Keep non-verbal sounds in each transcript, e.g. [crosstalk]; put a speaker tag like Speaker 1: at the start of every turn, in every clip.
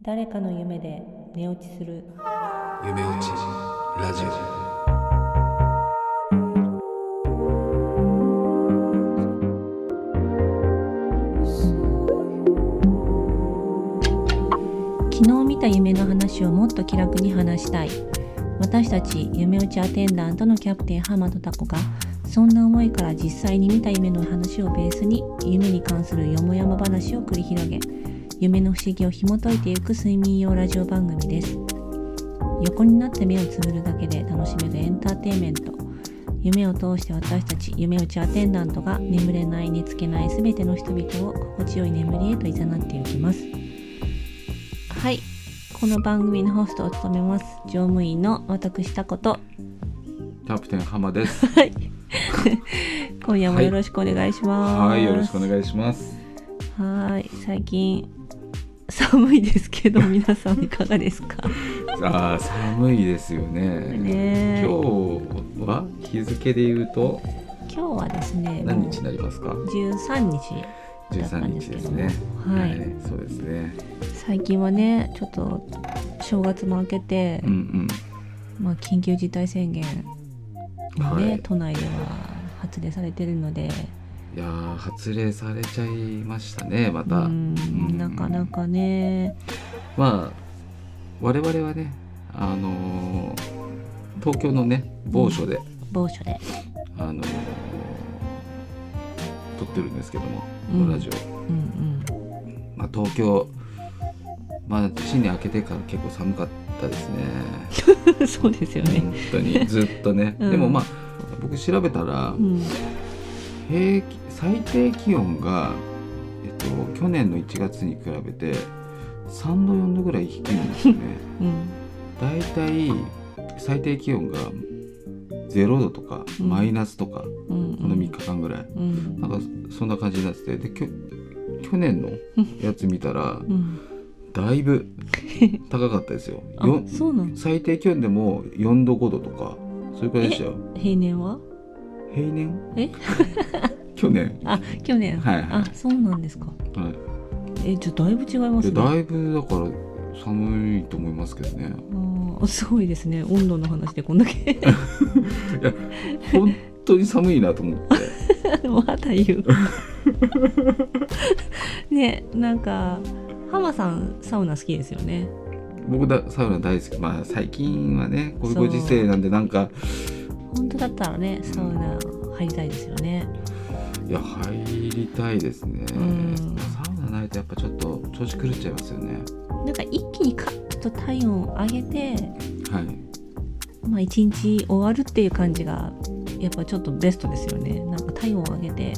Speaker 1: 誰かの夢で寝落ちする
Speaker 2: 夢落ちラジオ
Speaker 1: 昨日見た夢の話をもっと気楽に話したい私たち夢落ちアテンダントのキャプテン浜戸太子がそんな思いから実際に見た夢の話をベースに夢に関するよもやま話を繰り広げ夢の不思議を紐解いていく睡眠用ラジオ番組です横になって目をつぶるだけで楽しめるエンターテインメント夢を通して私たち夢落ちアテンダントが眠れない寝つけない全ての人々を心地よい眠りへと誘っていきますはいこの番組のホストを務めます乗務員の私タコと
Speaker 3: キャプテン浜です。
Speaker 1: 今夜もよろしくお願いします、
Speaker 3: はい、よろしくお願いします。
Speaker 1: はい最近寒いですけど皆さんいかがですか
Speaker 3: あー寒いですよね。
Speaker 1: ねえ
Speaker 3: 今日は日付で言うと
Speaker 1: 今日はですね
Speaker 3: 何
Speaker 1: もう
Speaker 3: 日になりますか？
Speaker 1: 13日だ
Speaker 3: 十
Speaker 1: った
Speaker 3: 三
Speaker 1: んで
Speaker 3: 日
Speaker 1: すけ
Speaker 3: です
Speaker 1: ど
Speaker 3: ね。
Speaker 1: はい
Speaker 3: そうですね。
Speaker 1: 最近はねちょっと正月も明けて、
Speaker 3: うん
Speaker 1: まあ、緊急事態宣言
Speaker 3: うん。
Speaker 1: が
Speaker 3: は
Speaker 1: ね、
Speaker 3: い。
Speaker 1: 都内では発令されてるので、
Speaker 3: いやー発令されちゃいましたね。ま
Speaker 1: う
Speaker 3: た。
Speaker 1: ん
Speaker 3: うん
Speaker 1: なかなかね
Speaker 3: まあ我々はね、あのー東京のね某所で、
Speaker 1: 某所で、
Speaker 3: あのー撮ってるんですけども、
Speaker 1: うん
Speaker 3: ラジオ。
Speaker 1: うん
Speaker 3: まあ、東京、まあ、新年明けてから結構寒かったですね、
Speaker 1: うん、 [laughs] そうですよね、
Speaker 3: 本
Speaker 1: [laughs]
Speaker 3: 当にずっとね、
Speaker 1: うん
Speaker 3: でもまあ、僕、調べたら
Speaker 1: う、ん、
Speaker 3: 平均最低気温が、えっと、去年の1月に比べて、3度、4度ぐらい低いんで
Speaker 1: [laughs]
Speaker 3: すよね。
Speaker 1: うん
Speaker 3: 大体最低気温が0度とか
Speaker 1: うん
Speaker 3: マイナスとか、
Speaker 1: うん
Speaker 3: この3日間ぐらい、
Speaker 1: うん
Speaker 3: なんかそんな感じになってて、できょ去年のやつ見たら、
Speaker 1: うん
Speaker 3: だいぶ高かったですよ。
Speaker 1: [laughs] あ
Speaker 3: よ
Speaker 1: そうなの
Speaker 3: 最低気温でも4度5度とかそれくらいでしたよ。
Speaker 1: 平年は
Speaker 3: 平年
Speaker 1: え
Speaker 3: [laughs] 去年
Speaker 1: あ去年、
Speaker 3: はいはい
Speaker 1: あそうなんですか
Speaker 3: は
Speaker 1: えじゃあだいぶ違いま
Speaker 3: い。
Speaker 1: す
Speaker 3: で
Speaker 1: ね
Speaker 3: だいぶだから寒いと思いますけどね。
Speaker 1: あーすごいですね温度の話でこんだけ [laughs]
Speaker 3: 本当に寒いなと思って。 [laughs]
Speaker 1: まだ言う [laughs] ねなんかハマさんサウナ好きですよね
Speaker 3: 僕だサウナ大好き。まあ最近はねこういう
Speaker 1: そう
Speaker 3: ご時世なんでなんか
Speaker 1: 本当だったらねサウナ入りたいですよね
Speaker 3: いや入りたいですね。
Speaker 1: ん
Speaker 3: サウナないとやっぱちょっと調子狂っちゃいますよね。
Speaker 1: なんか一気にカッと体温を上げて
Speaker 3: はい。
Speaker 1: まあ一日終わるっていう感じがやっぱちょっとベストですよねなんか体温を上げて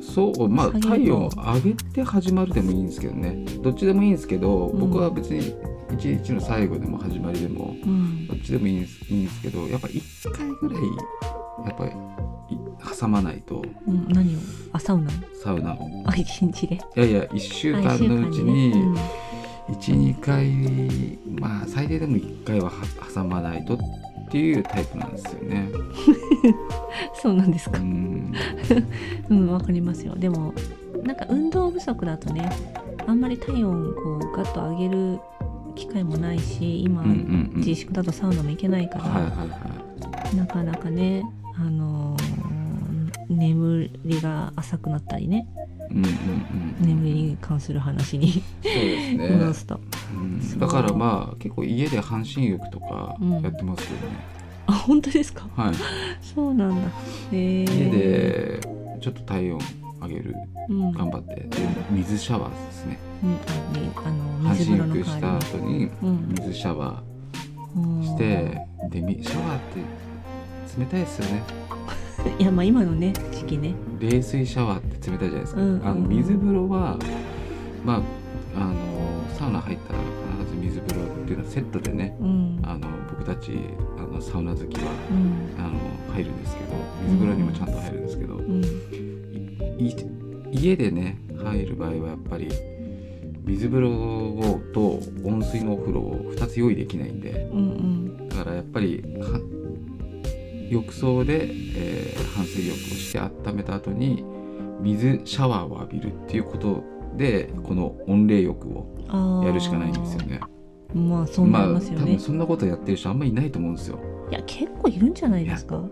Speaker 3: そうまあ
Speaker 1: 下げると
Speaker 3: 体温を上げて始まるでもいいんですけどねどっちでもいいんですけど、
Speaker 1: うん
Speaker 3: 僕は別に一日の最後でも始まりでも
Speaker 1: うん
Speaker 3: どっちでもいいんですいいんですけどやっぱ1回ぐらいやっぱりい挟まないと
Speaker 1: うん何をあサウナ
Speaker 3: サウナを
Speaker 1: あ [laughs] 一日で
Speaker 3: いやいや1週間のうち
Speaker 1: あ一週間
Speaker 3: に
Speaker 1: ね
Speaker 3: 12回まあ最低でも1回はは挟まないとっていうタイプなんですよね。
Speaker 1: うんそうなんです
Speaker 3: う
Speaker 1: か
Speaker 3: ん
Speaker 1: うんわかりますよでもなんか運動不足だとねあんまり体温こうガッと上げる機会もないし今、
Speaker 3: うんうんうん
Speaker 1: 自粛だとサウナも行けないから、
Speaker 3: はいはいは
Speaker 1: なかなかねあのー眠りが浅くなったりね
Speaker 3: い。うんうんうん。
Speaker 1: 眠りに関する話に
Speaker 3: そうですね。
Speaker 1: 戻すと、
Speaker 3: うん
Speaker 1: そう
Speaker 3: だからまあ結構家で半身浴とかやってますけどね、
Speaker 1: あ本当ですか
Speaker 3: はい、
Speaker 1: そうなんだへえ
Speaker 3: 家でちょっと体温上げる
Speaker 1: うん
Speaker 3: 頑張ってで水シャワーですね
Speaker 1: うんあみあの
Speaker 3: 半
Speaker 1: 水
Speaker 3: 身
Speaker 1: 風呂の
Speaker 3: 浴し
Speaker 1: 代
Speaker 3: た
Speaker 1: わ
Speaker 3: 後に
Speaker 1: りに、うん
Speaker 3: 水シャワ
Speaker 1: うん
Speaker 3: ーしてでみシャワーって冷たいですよね
Speaker 1: いやまあ今のね時期ね
Speaker 3: 冷水シャワーって冷たいじゃないですか、
Speaker 1: うんうん
Speaker 3: あの水風呂はまああのサウナ入ったら必ず水風呂っていうのはセットでね
Speaker 1: うん
Speaker 3: あの僕たちあのサウナ好きは
Speaker 1: うん
Speaker 3: あの入るんですけど水風呂にもちゃんと入るんですけど、
Speaker 1: うん
Speaker 3: い家でね入る場合はやっぱり水風呂をと温水のお風呂を2つ用意できないんで
Speaker 1: うんうん
Speaker 3: だからやっぱりは浴槽で、えー、半水浴をして温めた後に水シャワーを浴びるっていうことでこの御礼浴を
Speaker 1: あー
Speaker 3: やるしかないんですよね
Speaker 1: まあそうなり
Speaker 3: まあ
Speaker 1: ますよ
Speaker 3: 多
Speaker 1: ね
Speaker 3: 分、そんなことやってる人あんまりいないと思うんですよ
Speaker 1: いや結構いるんじゃないですか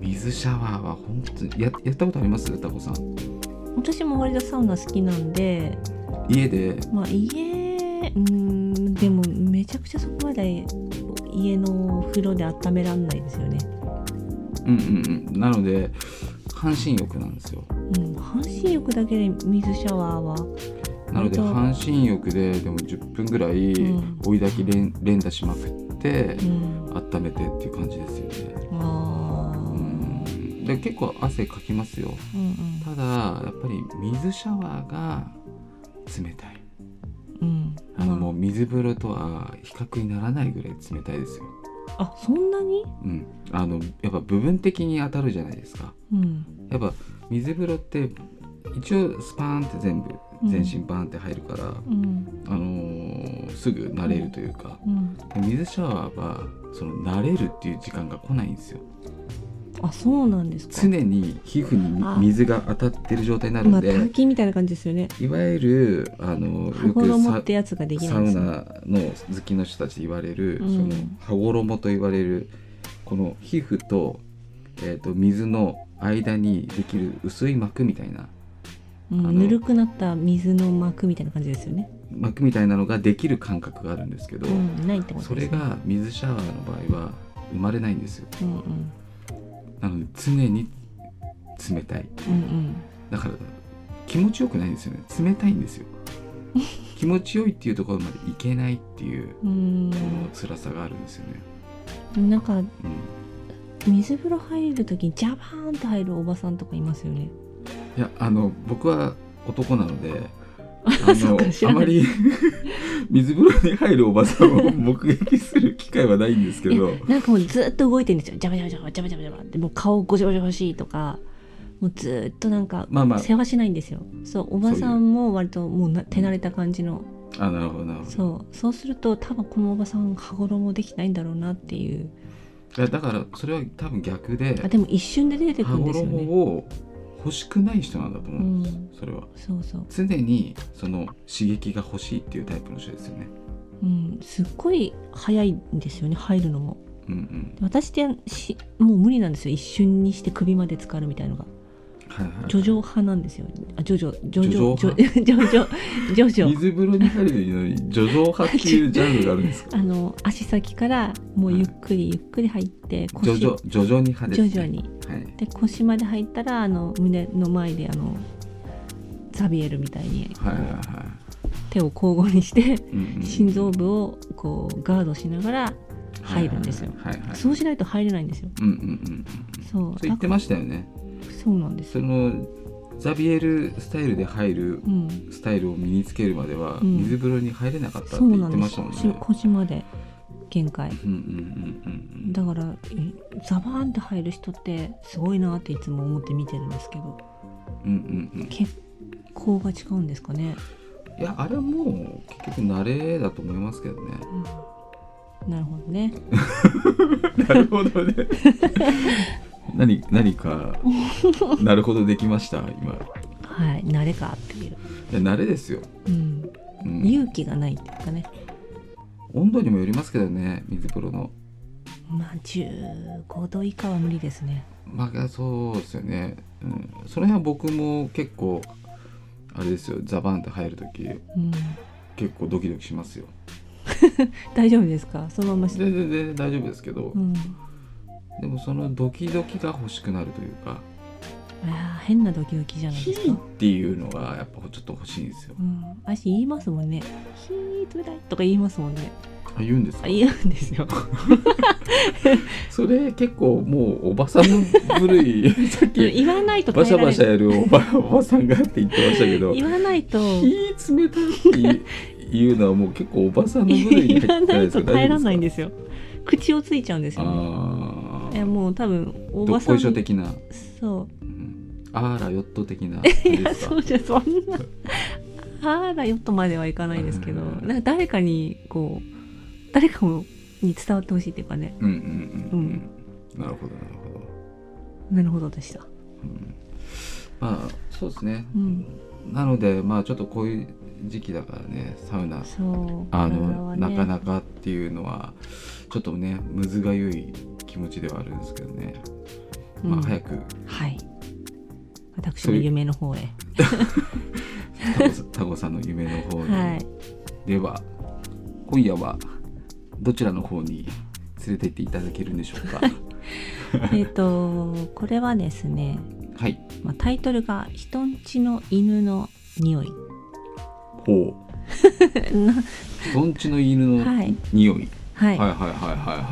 Speaker 3: 水シャワーは本当にややったことありますタコさん
Speaker 1: 私も割とサウナ好きなんで
Speaker 3: 家で
Speaker 1: まあ家うんでもめちゃくちゃそこまで家のお風呂で温めらんないですよね、
Speaker 3: うんうんうんなので半身浴なんですよ
Speaker 1: うん、半身浴だけで水シャワーは
Speaker 3: なので
Speaker 1: 本当
Speaker 3: 半身浴ででも10分ぐらい
Speaker 1: うん
Speaker 3: 追い焚き連連打しまくって
Speaker 1: うん
Speaker 3: 温めてっていう感じですよね
Speaker 1: あー
Speaker 3: うんで結構汗かきますよ
Speaker 1: うん
Speaker 3: ただやっぱり水シャワーが冷たい
Speaker 1: うんう
Speaker 3: あ
Speaker 1: んま
Speaker 3: の
Speaker 1: あ
Speaker 3: もう水風呂とは比較にならないぐらい冷たいですよ
Speaker 1: あそんなに
Speaker 3: うんあのやっぱ部分的に当たるじゃないですか
Speaker 1: うん
Speaker 3: やっぱ水風呂って一応スパーンって全部
Speaker 1: うん
Speaker 3: 全身バーンって入るから、
Speaker 1: うん
Speaker 3: あのーすぐ慣れるというか、
Speaker 1: うん
Speaker 3: 水シャワーはその慣れるっていう時間が来ないんですよ
Speaker 1: あそうなんですか
Speaker 3: 常に皮膚に
Speaker 1: あ
Speaker 3: 水が当たってる状態になる
Speaker 1: ま
Speaker 3: ん
Speaker 1: あ
Speaker 3: で
Speaker 1: 滝みたいな感じですよね
Speaker 3: いわゆるあの
Speaker 1: 羽
Speaker 3: よ
Speaker 1: 衣っ
Speaker 3: く
Speaker 1: てやつができ
Speaker 3: さ
Speaker 1: ない
Speaker 3: サ
Speaker 1: んで
Speaker 3: ウ
Speaker 1: すよ
Speaker 3: ナの好きの人たちで言われる、
Speaker 1: うん
Speaker 3: その羽衣と言われるこの皮膚と,、えー、と水の間にできる薄い膜みたいな
Speaker 1: うん
Speaker 3: あの
Speaker 1: ぬるくなった水の膜みたいな感じですよね、
Speaker 3: 膜みたいなのができる感覚があるんですけど、
Speaker 1: うん、ないってこと
Speaker 3: そ
Speaker 1: で
Speaker 3: れ
Speaker 1: すね
Speaker 3: が水シャワーの場合は生まれないんですよ
Speaker 1: うんうん
Speaker 3: なので常に冷たい
Speaker 1: うんうん
Speaker 3: だから気持ちよくないんですよね冷たい
Speaker 1: [laughs]
Speaker 3: んですよ気持ちよいっていうところまでいけないっていう
Speaker 1: うー
Speaker 3: この
Speaker 1: ん
Speaker 3: 辛さがあるんですよね、
Speaker 1: なんか
Speaker 3: うん、
Speaker 1: 水風呂入る時にジャバーンって入るおばさんとかいますよね
Speaker 3: いやあの僕は男なのであ
Speaker 1: そう
Speaker 3: の
Speaker 1: か知ら
Speaker 3: あ
Speaker 1: ない
Speaker 3: まり [laughs] 水風呂に入るおばさんを [laughs] 目撃する機会はないんですけど
Speaker 1: いやなんかもうずっと動いてるんですよジャバジャバジャバジャバジャバジャバってもう顔ゴシゴシゴシとかもうずっとなんか
Speaker 3: まあまあ
Speaker 1: 世話しないんですよそうおばさんも割ともうな手慣れた感じの
Speaker 3: あなるほどなるほど
Speaker 1: そうそうすると多分このおばさん羽衣できないんだろうなっていう
Speaker 3: いやだからそれは多分逆で
Speaker 1: あでも一瞬で出てく
Speaker 3: 羽
Speaker 1: るんですよ
Speaker 3: 衣
Speaker 1: ね
Speaker 3: を欲しくない人なんだと思
Speaker 1: う
Speaker 3: うんですよ、
Speaker 1: ん
Speaker 3: それは
Speaker 1: そうそう
Speaker 3: 常にその刺激が欲しいっていうタイプの人ですよね
Speaker 1: うんすっごい早いんですよね入るのも
Speaker 3: うんうん
Speaker 1: 私ってしもう無理なんですよ一瞬にして首まで浸かるみたいのが
Speaker 3: はいはい
Speaker 1: ジョジョ派なんですよあジョジョジョジョジ
Speaker 3: ジョ
Speaker 1: ョジョジョジョジョ
Speaker 3: 水風呂に入るのに叙情派っていうジャンルがある
Speaker 1: [laughs]
Speaker 3: んですか
Speaker 1: あの足先からもうゆっくりゆっくり入って
Speaker 3: 叙
Speaker 1: 腰
Speaker 3: 々叙々に派です、ね、
Speaker 1: 徐々に
Speaker 3: はい
Speaker 1: で腰まで入ったらあの胸の前であのザビエルみたいに
Speaker 3: はいはいは
Speaker 1: 手を交互にして
Speaker 3: い、うんうん
Speaker 1: 心臓部をこうガードしながら入るんですよ
Speaker 3: はいはいはいはい、
Speaker 1: そうしないと入れないんですよ
Speaker 3: うんうんうん
Speaker 1: そう
Speaker 3: そう言ってましたよね
Speaker 1: そうなんです
Speaker 3: そ
Speaker 1: よ
Speaker 3: のザビエルスタイルで入る
Speaker 1: うん
Speaker 3: スタイルを身につけるまでは
Speaker 1: うん
Speaker 3: 水風呂に入れなかったって
Speaker 1: そう
Speaker 3: 言
Speaker 1: な
Speaker 3: って
Speaker 1: んで
Speaker 3: ますしたもんね、
Speaker 1: 腰腰まで限界
Speaker 3: うんうんうんうん
Speaker 1: だからえザバーンって入る人ってすごいなっていつも思って見てるんですけど
Speaker 3: うんうんうん
Speaker 1: 血行が違うんですかね、
Speaker 3: いやあれはもう結局慣れだと思いますけどね
Speaker 1: うん、なるほどね
Speaker 3: なるほどね [laughs] 何何かなるほどできました今い
Speaker 1: はい慣れかっていう、
Speaker 3: や慣れですよ、
Speaker 1: うん、
Speaker 3: うん、
Speaker 1: 勇気がないっていうかね
Speaker 3: 温度にもよりますけどね水風呂の
Speaker 1: まあ15度以下は無理ですね
Speaker 3: まあそうですよね、うん、その辺は僕も結構あれですよザバンって入る時
Speaker 1: うん
Speaker 3: 結構ドキドキしますよ
Speaker 1: 大丈夫ですかそのままし
Speaker 3: 全然全然大丈夫ですけど、
Speaker 1: うん
Speaker 3: でもそのドキドキが欲しくなるというか
Speaker 1: あー変なドキドキじゃない
Speaker 3: ヒ
Speaker 1: ですか
Speaker 3: ーっていうのがやっぱちょっと欲しいんですよ
Speaker 1: うん、私言いますもんね「ヒートだい」とか言いますもんね
Speaker 3: あ言うんです
Speaker 1: あ
Speaker 3: か
Speaker 1: 言うんですよ
Speaker 3: それ結構もうおばさんの部類 [laughs] さっき
Speaker 1: 言わないと
Speaker 3: バ
Speaker 1: 耐え
Speaker 3: シャ
Speaker 1: ら
Speaker 3: バ
Speaker 1: れ
Speaker 3: シャ
Speaker 1: る
Speaker 3: やるおば [laughs] おばさんがって言ってましたけど「火
Speaker 1: 言わないと
Speaker 3: 冷た」って言うのはもう結構おばさんの部類に入って
Speaker 1: 言わない
Speaker 3: ですか
Speaker 1: と耐えられないんですすよ口をついちゃうんです
Speaker 3: か
Speaker 1: よね
Speaker 3: あ
Speaker 1: いや
Speaker 3: あ
Speaker 1: もう多分お
Speaker 3: ど
Speaker 1: ば
Speaker 3: っ
Speaker 1: さ
Speaker 3: こ
Speaker 1: ん
Speaker 3: いしょ的な、
Speaker 1: そう
Speaker 3: うん、あーらよっと的なあれ
Speaker 1: い
Speaker 3: で
Speaker 1: や
Speaker 3: す
Speaker 1: [laughs] そ
Speaker 3: か
Speaker 1: うじゃそんなあーらよっとまではいかないですけど
Speaker 3: うん
Speaker 1: なんか誰かにこう誰かもに伝わってほしいっていうかね
Speaker 3: うんうんうんうんなるほどなるほど、
Speaker 1: なるほどでした
Speaker 3: うん、まあそうですね
Speaker 1: うん
Speaker 3: なのでまあちょっとこういう時期だからねサウナ
Speaker 1: そう
Speaker 3: あ
Speaker 1: 体
Speaker 3: の、
Speaker 1: は
Speaker 3: な
Speaker 1: ね
Speaker 3: かなかっていうのはちょっとねむずがゆい気持ちではあるんですけどね、
Speaker 1: う
Speaker 3: まあ
Speaker 1: ん
Speaker 3: 早く
Speaker 1: はい私
Speaker 3: そう
Speaker 1: の
Speaker 3: いう
Speaker 1: 夢の方へ
Speaker 3: タコさんタコさんの夢の方に、 [laughs]
Speaker 1: はい
Speaker 3: では今夜はどちらの方に連れて行っていただけるんでしょ
Speaker 1: [laughs]
Speaker 3: うか
Speaker 1: えっ、とこれはですね、
Speaker 3: はい
Speaker 1: まあ、タイトルが「人んちの犬の匂い
Speaker 3: ほう」 [laughs] どんちの犬の
Speaker 1: はい
Speaker 3: 匂い、
Speaker 1: はい、
Speaker 3: はいはいはいはい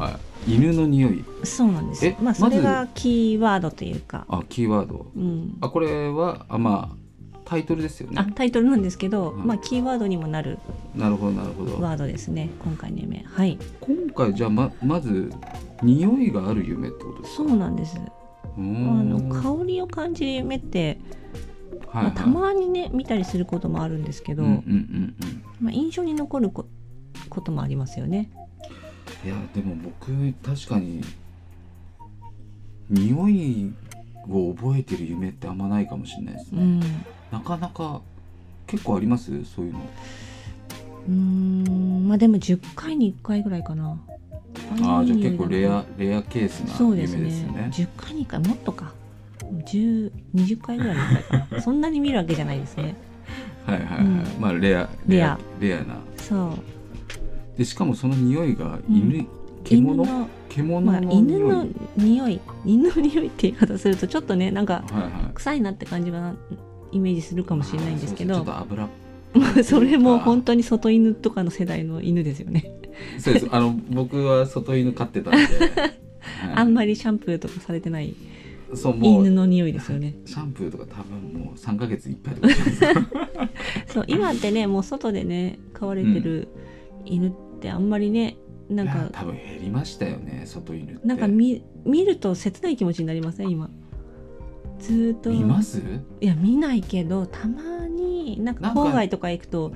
Speaker 3: はい犬の匂い
Speaker 1: そうなんです
Speaker 3: え
Speaker 1: まあそれ
Speaker 3: ま
Speaker 1: がキーワードというか、
Speaker 3: あキーワード
Speaker 1: うん
Speaker 3: あこれはあまあタイトルですよ
Speaker 1: あ
Speaker 3: ね
Speaker 1: タイトルなんですけど、
Speaker 3: うん
Speaker 1: まあキーワードにもなる
Speaker 3: なるほどなるほど
Speaker 1: ワードですね今回の夢はい
Speaker 3: 今回じゃあままず匂いがある夢ってことですか
Speaker 1: そうなんですあ
Speaker 3: うーん
Speaker 1: の香りを感じる夢って、ま
Speaker 3: はいは
Speaker 1: あ
Speaker 3: い
Speaker 1: たまにね見たりすることもあるんですけど、
Speaker 3: うんうんうんうん
Speaker 1: まあ、印象に残るここともありますよね
Speaker 3: いやでも僕確かに匂いを覚えてる夢ってあんまないかもしれないです
Speaker 1: う
Speaker 3: ね、
Speaker 1: ん
Speaker 3: なかなか結構ありますそういうの
Speaker 1: うーんまあでも10回に1回ぐらいかな
Speaker 3: ああーじゃあ
Speaker 1: いい匂い
Speaker 3: 結構
Speaker 1: だな
Speaker 3: レアレアケースな
Speaker 1: そう
Speaker 3: 夢
Speaker 1: で
Speaker 3: ですす
Speaker 1: ね
Speaker 3: よね
Speaker 1: 10回に1回もっとか1020回ぐらいに1回
Speaker 3: [laughs]
Speaker 1: かなそんなに見るわけじゃないですね
Speaker 3: はいはいはい、
Speaker 1: うん
Speaker 3: まあレアレ
Speaker 1: レ
Speaker 3: ア
Speaker 1: ア
Speaker 3: レアな
Speaker 1: そう
Speaker 3: でしかもその匂いが犬、
Speaker 1: 犬
Speaker 3: 獣
Speaker 1: の
Speaker 3: 獣
Speaker 1: まあ
Speaker 3: の
Speaker 1: 犬
Speaker 3: 匂い、
Speaker 1: の匂い犬の匂いって言い方するとちょっとねなんか
Speaker 3: はいはい
Speaker 1: 臭いなって感じはイメージするかもしれないんですけ
Speaker 3: あー
Speaker 1: ど
Speaker 3: そうそうちょっと油っ
Speaker 1: それも本当に外犬とかの世代の犬ですよね、
Speaker 3: そうですあの僕は外犬飼って
Speaker 1: [laughs]
Speaker 3: たんで、はい
Speaker 1: あんまりシャンプーとかされてない
Speaker 3: そうも
Speaker 1: 犬
Speaker 3: う
Speaker 1: の匂いですよね
Speaker 3: シャンプーとか多分もう3ヶ月いっぱいとかしてます
Speaker 1: そう今ってねもう外でね飼われてる犬ってあんまりね [laughs] なん
Speaker 3: いや
Speaker 1: か
Speaker 3: 多分減りましたよね外犬って
Speaker 1: なんか見見ると切ない気持ちになりません今ずーっと
Speaker 3: 見ます
Speaker 1: いや見ないけどたまになんか
Speaker 3: なんか
Speaker 1: 郊外とか行くと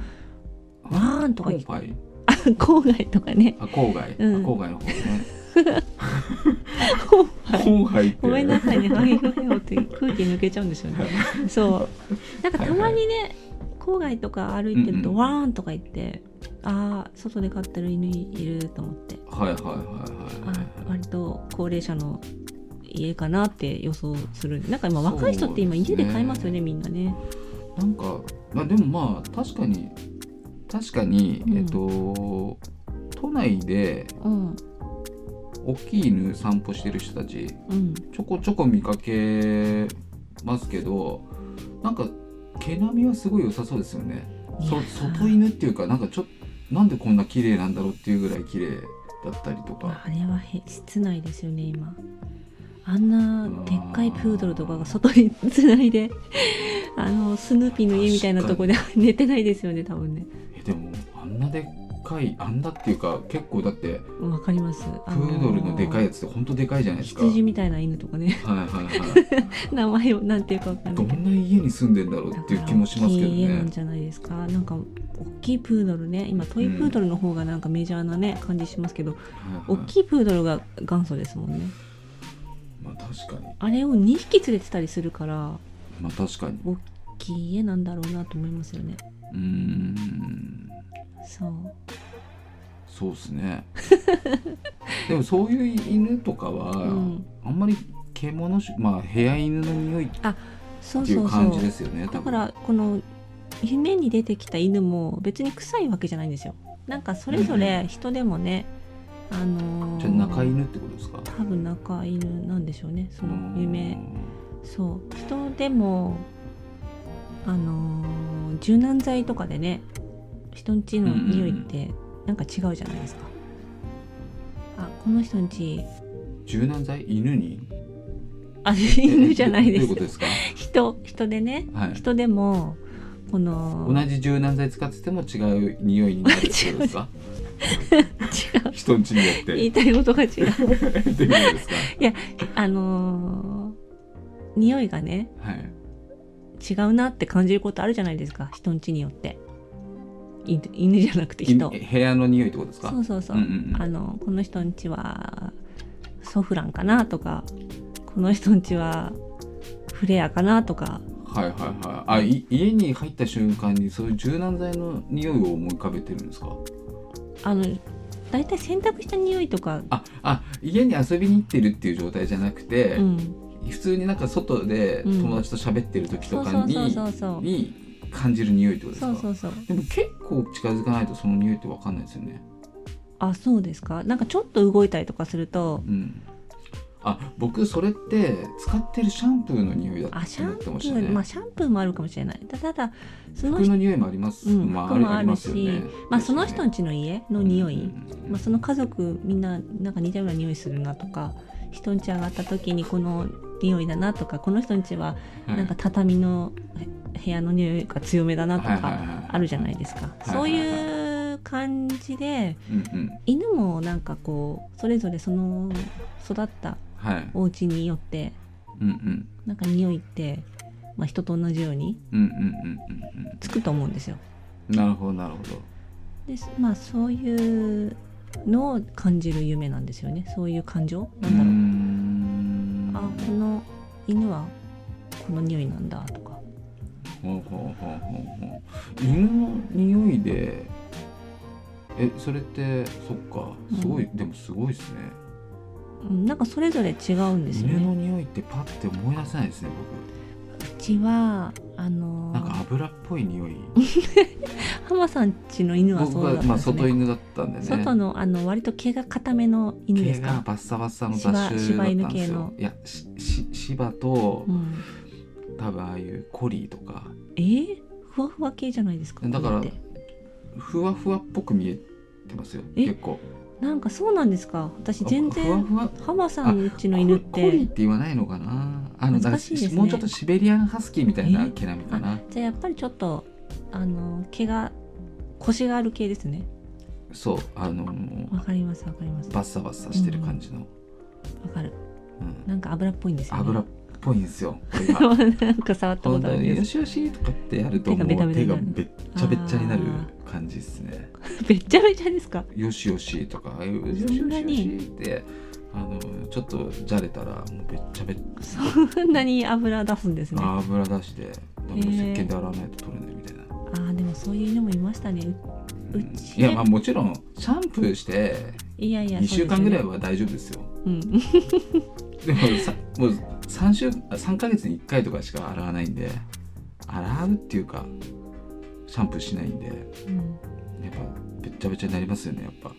Speaker 1: わーんとか
Speaker 3: 郊
Speaker 1: 聞く
Speaker 3: 外
Speaker 1: あ郊外とかね
Speaker 3: あ郊外、
Speaker 1: うん
Speaker 3: あ郊外の
Speaker 1: [laughs]
Speaker 3: 方ね
Speaker 1: 郊外
Speaker 3: 郊外って
Speaker 1: ごめんなさいね、あ
Speaker 3: [laughs]
Speaker 1: いうえおって空気抜けちゃうんですよね。そう。なんかたまにね、郊外とか歩いてる
Speaker 3: う
Speaker 1: と、
Speaker 3: んうん
Speaker 1: わーんとか言って、ああ、外で飼ってる犬いると思って、
Speaker 3: はいはいはい
Speaker 1: あ
Speaker 3: はい
Speaker 1: ー
Speaker 3: はい
Speaker 1: 割と高齢者の家かなって予想する。なんか今、
Speaker 3: そう
Speaker 1: 若い人って今、
Speaker 3: ですね
Speaker 1: 家で飼いますよね、みんなね。
Speaker 3: なんか、まあ、でもまあ確かに確かに、
Speaker 1: うん
Speaker 3: えっと都内で
Speaker 1: うん、
Speaker 3: 大きい犬散歩してる人たち
Speaker 1: うん。
Speaker 3: ちょこちょこ見かけますけどなんか毛並みはすごい良さそうですよね
Speaker 1: いや
Speaker 3: そ
Speaker 1: ー
Speaker 3: 外犬っていうかなんかちょっなんでこんな綺麗なんだろうっていうぐらい綺麗だったりとか
Speaker 1: あれはへ室内ですよね、今。あんなでっかいプードルとかが外に [laughs] つないであのスヌーピーの家みたいなとこで寝てないですよね多分ね
Speaker 3: えでもあんなでっかいあんなっていうか結構だって
Speaker 1: わかりますプ
Speaker 3: プードルのでかいやつってほんとでかいじゃないですかはい
Speaker 1: 羊みたいな犬とかね [laughs]
Speaker 3: はいはい
Speaker 1: 名前をなんていうかわ [laughs] かんな
Speaker 3: ど
Speaker 1: いけど
Speaker 3: んな家に住んでんだろうっていう気もしますけど
Speaker 1: 大きい家な
Speaker 3: ね
Speaker 1: んじゃないですかなんか大きいプードルね今トイプードルの方がなんかメジャーなね感じしますけど、
Speaker 3: はい
Speaker 1: 大
Speaker 3: はい
Speaker 1: きいプードルが元祖ですもんね
Speaker 3: まあ確かに
Speaker 1: あれを2匹連れてたりするから
Speaker 3: まあ確かに
Speaker 1: 大きい家なんだろうなと思いますよね
Speaker 3: うーん
Speaker 1: そう
Speaker 3: そうですね [laughs] でもそういう犬とかは、
Speaker 1: ん
Speaker 3: あんまり獣種まあ部屋犬の匂いっ
Speaker 1: そう
Speaker 3: てい
Speaker 1: そううそ
Speaker 3: 感じで
Speaker 1: う
Speaker 3: すよ
Speaker 1: だ
Speaker 3: ね多
Speaker 1: か
Speaker 3: 分
Speaker 1: らこの夢に出てきた犬も別に臭いわけじゃないんですよなんかそれぞれ人でもね、あのー
Speaker 3: じゃあ中犬ってことですか
Speaker 1: 多分仲犬なんでしょうねその
Speaker 3: う
Speaker 1: 夢
Speaker 3: ん
Speaker 1: そう人でもあのー柔軟剤とかでね人んちの匂いってなんか違うじゃないですか、あこの人んち
Speaker 3: 柔軟剤犬に
Speaker 1: あ犬じゃないで
Speaker 3: え
Speaker 1: す
Speaker 3: どういうことですか
Speaker 1: 人人でね、
Speaker 3: はい
Speaker 1: 人でもこの
Speaker 3: 同じ柔軟剤使ってても違う匂いになるってことで
Speaker 1: [laughs]
Speaker 3: すか
Speaker 1: 違
Speaker 3: 人んちによっ
Speaker 1: う言
Speaker 3: て
Speaker 1: いたいことが違う
Speaker 3: どういうことですか
Speaker 1: あのー匂いがね
Speaker 3: はい
Speaker 1: 違うなって感じることあるじゃないですか人ん家によって犬犬じゃなくて人
Speaker 3: 犬部屋の匂いってことですか
Speaker 1: そうそうそう,、
Speaker 3: うんうんうん
Speaker 1: あのこの人ん家はソフランかなとかこの人ん家はフレアかなとか
Speaker 3: はいはいはいあい家に入った瞬間にそういう柔軟剤の匂いを思い浮かべてるんですか
Speaker 1: あの大体洗濯した匂いとか、
Speaker 3: ああ家に遊びに行ってるっていう状態じゃなくて、
Speaker 1: うん、
Speaker 3: 普通になんか外で
Speaker 1: うん
Speaker 3: 友達と喋ってる時
Speaker 1: そ
Speaker 3: と
Speaker 1: う
Speaker 3: か
Speaker 1: そう
Speaker 3: に、
Speaker 1: そうそうそう
Speaker 3: に感じる匂いってことです
Speaker 1: そ
Speaker 3: か
Speaker 1: うそうそう
Speaker 3: でも結構近づかないとその匂いってわかんないですよね
Speaker 1: あそうですかなんかちょっと動いたりとかすると
Speaker 3: うんあ僕それって使ってるシャンプーの匂いだ
Speaker 1: あ
Speaker 3: っ
Speaker 1: シ
Speaker 3: て
Speaker 1: ャ
Speaker 3: 思
Speaker 1: ン
Speaker 3: っ
Speaker 1: プ
Speaker 3: てましたね
Speaker 1: ーまあシャンプーもあるかもしれないたただその
Speaker 3: 服
Speaker 1: 人
Speaker 3: の匂いもあります、
Speaker 1: うん
Speaker 3: まあ、
Speaker 1: 服
Speaker 3: あれ
Speaker 1: も
Speaker 3: はあ
Speaker 1: あ
Speaker 3: り
Speaker 1: る
Speaker 3: ますよね
Speaker 1: し、まあ、その人
Speaker 3: の
Speaker 1: んちの家の匂い、まあ、そ
Speaker 3: の
Speaker 1: の家族みんななんか似たような匂いするなとか人んち上がった時にこの匂いだなとかこの人んちはなんか畳のへ部屋の匂いが強めだなとかあるじゃないですか、
Speaker 3: い
Speaker 1: そういう感じで
Speaker 3: うんうん
Speaker 1: 犬もなんかこうそれぞれその育った
Speaker 3: はい
Speaker 1: お家によって
Speaker 3: うんうん
Speaker 1: なんか匂いって、まあ、人と同じように
Speaker 3: うんうんうんうんうん
Speaker 1: つくと思うんですよ。
Speaker 3: なるほどなるほど
Speaker 1: でまあそういうのを感じる夢なんですよねそういう感情なんだろう
Speaker 3: ん
Speaker 1: あこの犬はこの匂いなんだとか
Speaker 3: ほうほうほうほうほう犬の匂いでえそれってそっかすごい、でもすごいですね
Speaker 1: うんなんかそれぞれ違うんですよ
Speaker 3: 犬
Speaker 1: ね
Speaker 3: の匂いってパッて思い出せないですね
Speaker 1: うちはあ
Speaker 3: 僕
Speaker 1: の
Speaker 3: なんか油っぽい匂い
Speaker 1: 浜さんちの犬はそ
Speaker 3: 僕
Speaker 1: うだっ
Speaker 3: は
Speaker 1: たん
Speaker 3: まあ
Speaker 1: ですね
Speaker 3: 外犬だったんでね
Speaker 1: 外のあの割と毛が固めの犬で
Speaker 3: 毛
Speaker 1: す
Speaker 3: が
Speaker 1: か、
Speaker 3: バッサバッサの雑種だ
Speaker 1: 柴
Speaker 3: った
Speaker 1: 犬
Speaker 3: んで
Speaker 1: 系
Speaker 3: すよ
Speaker 1: の
Speaker 3: いやしし芝と、
Speaker 1: うん、
Speaker 3: 多分ああいうコリーとか
Speaker 1: えー、ふわふわ系じゃないですか
Speaker 3: だから
Speaker 1: これって
Speaker 3: ふわふわっぽく見えてますよ
Speaker 1: え
Speaker 3: 結構
Speaker 1: なんかそうなんですか私全
Speaker 3: ふわ
Speaker 1: 然
Speaker 3: ふわ
Speaker 1: 浜さんちの犬っ
Speaker 3: ココリーってて言わないのかなあの
Speaker 1: 難しいですね
Speaker 3: だからもうちょっとシベリアンハスキーみたいな
Speaker 1: え
Speaker 3: 毛並みかな
Speaker 1: じゃあやっぱりちょっとあの毛が腰がある系ですね
Speaker 3: そうあのー
Speaker 1: わかりますわかりますわ
Speaker 3: バッサバッサしてる感じの、
Speaker 1: かる
Speaker 3: うん
Speaker 1: なんか油っぽいんですよ、ね、
Speaker 3: 油っぽいんですよこれが
Speaker 1: [laughs] なんか触ったこ
Speaker 3: 本
Speaker 1: とあ
Speaker 3: 当
Speaker 1: るん
Speaker 3: に
Speaker 1: で
Speaker 3: よ
Speaker 1: す
Speaker 3: しよしとかってやるともう
Speaker 1: 手
Speaker 3: 手
Speaker 1: が
Speaker 3: が
Speaker 1: ベ
Speaker 3: べ
Speaker 1: タベタになる
Speaker 3: っちゃべっちゃになる感じですね
Speaker 1: べっちゃべちゃですか
Speaker 3: よしよしとかよしよし
Speaker 1: そん
Speaker 3: よ
Speaker 1: な
Speaker 3: し
Speaker 1: に
Speaker 3: ってあのちょっとじゃれたらもうべっちゃべっ
Speaker 1: そんなに油出すんですねあ
Speaker 3: 油出してだからもう石鹸で洗わないと取れないみたいな、
Speaker 1: あーでもそういう犬もいましたねううち
Speaker 3: いやまあもちろんシャンプーして
Speaker 1: いやいや
Speaker 3: 2週間ぐらい
Speaker 1: は
Speaker 3: は大丈夫ですよ
Speaker 1: うん
Speaker 3: でも
Speaker 1: [laughs]
Speaker 3: さもう3週3ヶ月に1回とかしか洗わないんで洗うっていうかシャンプーしないんで
Speaker 1: うん
Speaker 3: やっぱべっちゃべちゃになりますよねやっぱ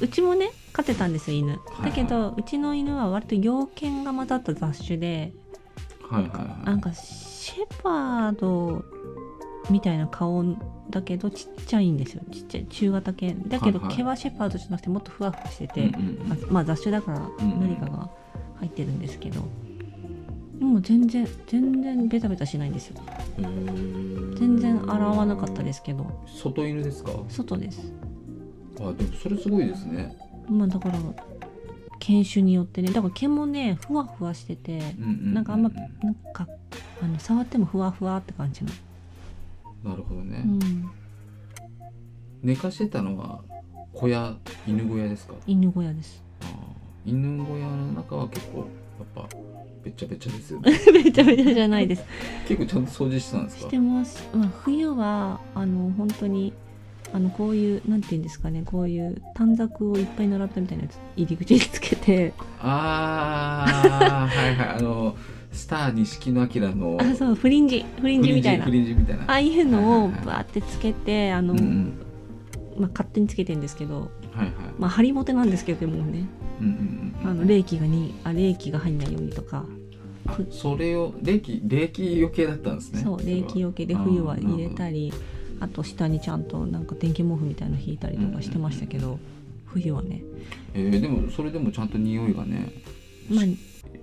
Speaker 1: うちもね飼ってたんですよ犬
Speaker 3: いは
Speaker 1: だ
Speaker 3: い
Speaker 1: けどうちの犬は割と猟犬が混ざった雑種で [laughs]
Speaker 3: はいはい
Speaker 1: なん
Speaker 3: は
Speaker 1: かシェパードみたいな顔だけどちっちゃいんですよちっちゃい中型犬だけど
Speaker 3: はいはい
Speaker 1: 毛はシェパードじゃなくてもっとふわふわして
Speaker 3: い
Speaker 1: て、
Speaker 3: うんうん
Speaker 1: まあまあ雑種だから
Speaker 3: うん
Speaker 1: 何かが入ってるんですけど、でも全然全然ベタベタしないんですよ
Speaker 3: うん
Speaker 1: 全然洗わなかったですけど
Speaker 3: 外犬ですか
Speaker 1: 外です
Speaker 3: あでもそれすごいですね
Speaker 1: まあだから犬種によってねだから毛もねふわふわしてて
Speaker 3: うんうんう
Speaker 1: なんかあんまなんかあの触ってもふわふわって感じの、
Speaker 3: なるほどね、
Speaker 1: うん、
Speaker 3: 寝かしてたのは小屋犬小屋ですか
Speaker 1: 犬小屋です
Speaker 3: あー犬小屋の中は結構やっぱべっちゃべちゃです
Speaker 1: [laughs]
Speaker 3: よね
Speaker 1: めちゃめちゃじゃないです。
Speaker 3: 結構ちゃんと掃除してたんです
Speaker 1: し
Speaker 3: か
Speaker 1: てます。まあ、冬はあの本当にあのこういうなんて言うんですかね、こういう短冊をいっぱい習ったみたいなやつ入り口につけて、
Speaker 3: ああはいはいあのスター錦野明の
Speaker 1: あそうフリンジフリンジみたいな
Speaker 3: フ。リンジみたいな
Speaker 1: ああいうのを
Speaker 3: はいはいはい
Speaker 1: バーってつけてあの、
Speaker 3: うんうん
Speaker 1: まあ、勝手につけてんですけど、
Speaker 3: はいはい
Speaker 1: まあ、張りぼてなんですけどでもね
Speaker 3: うんうんうん
Speaker 1: あの冷気がにあ冷気が入んないようにとか、
Speaker 3: あそれを冷気冷気余計だったんですね
Speaker 1: そう冷気
Speaker 3: 余
Speaker 1: よけで
Speaker 3: あー
Speaker 1: 冬は入
Speaker 3: な
Speaker 1: れ
Speaker 3: るほど
Speaker 1: たりあと下にちゃんとなんか電気毛布みたいの引いたりとかしてましたけど、冬はね
Speaker 3: えーでもそれでもちゃんと匂いがね
Speaker 1: まあ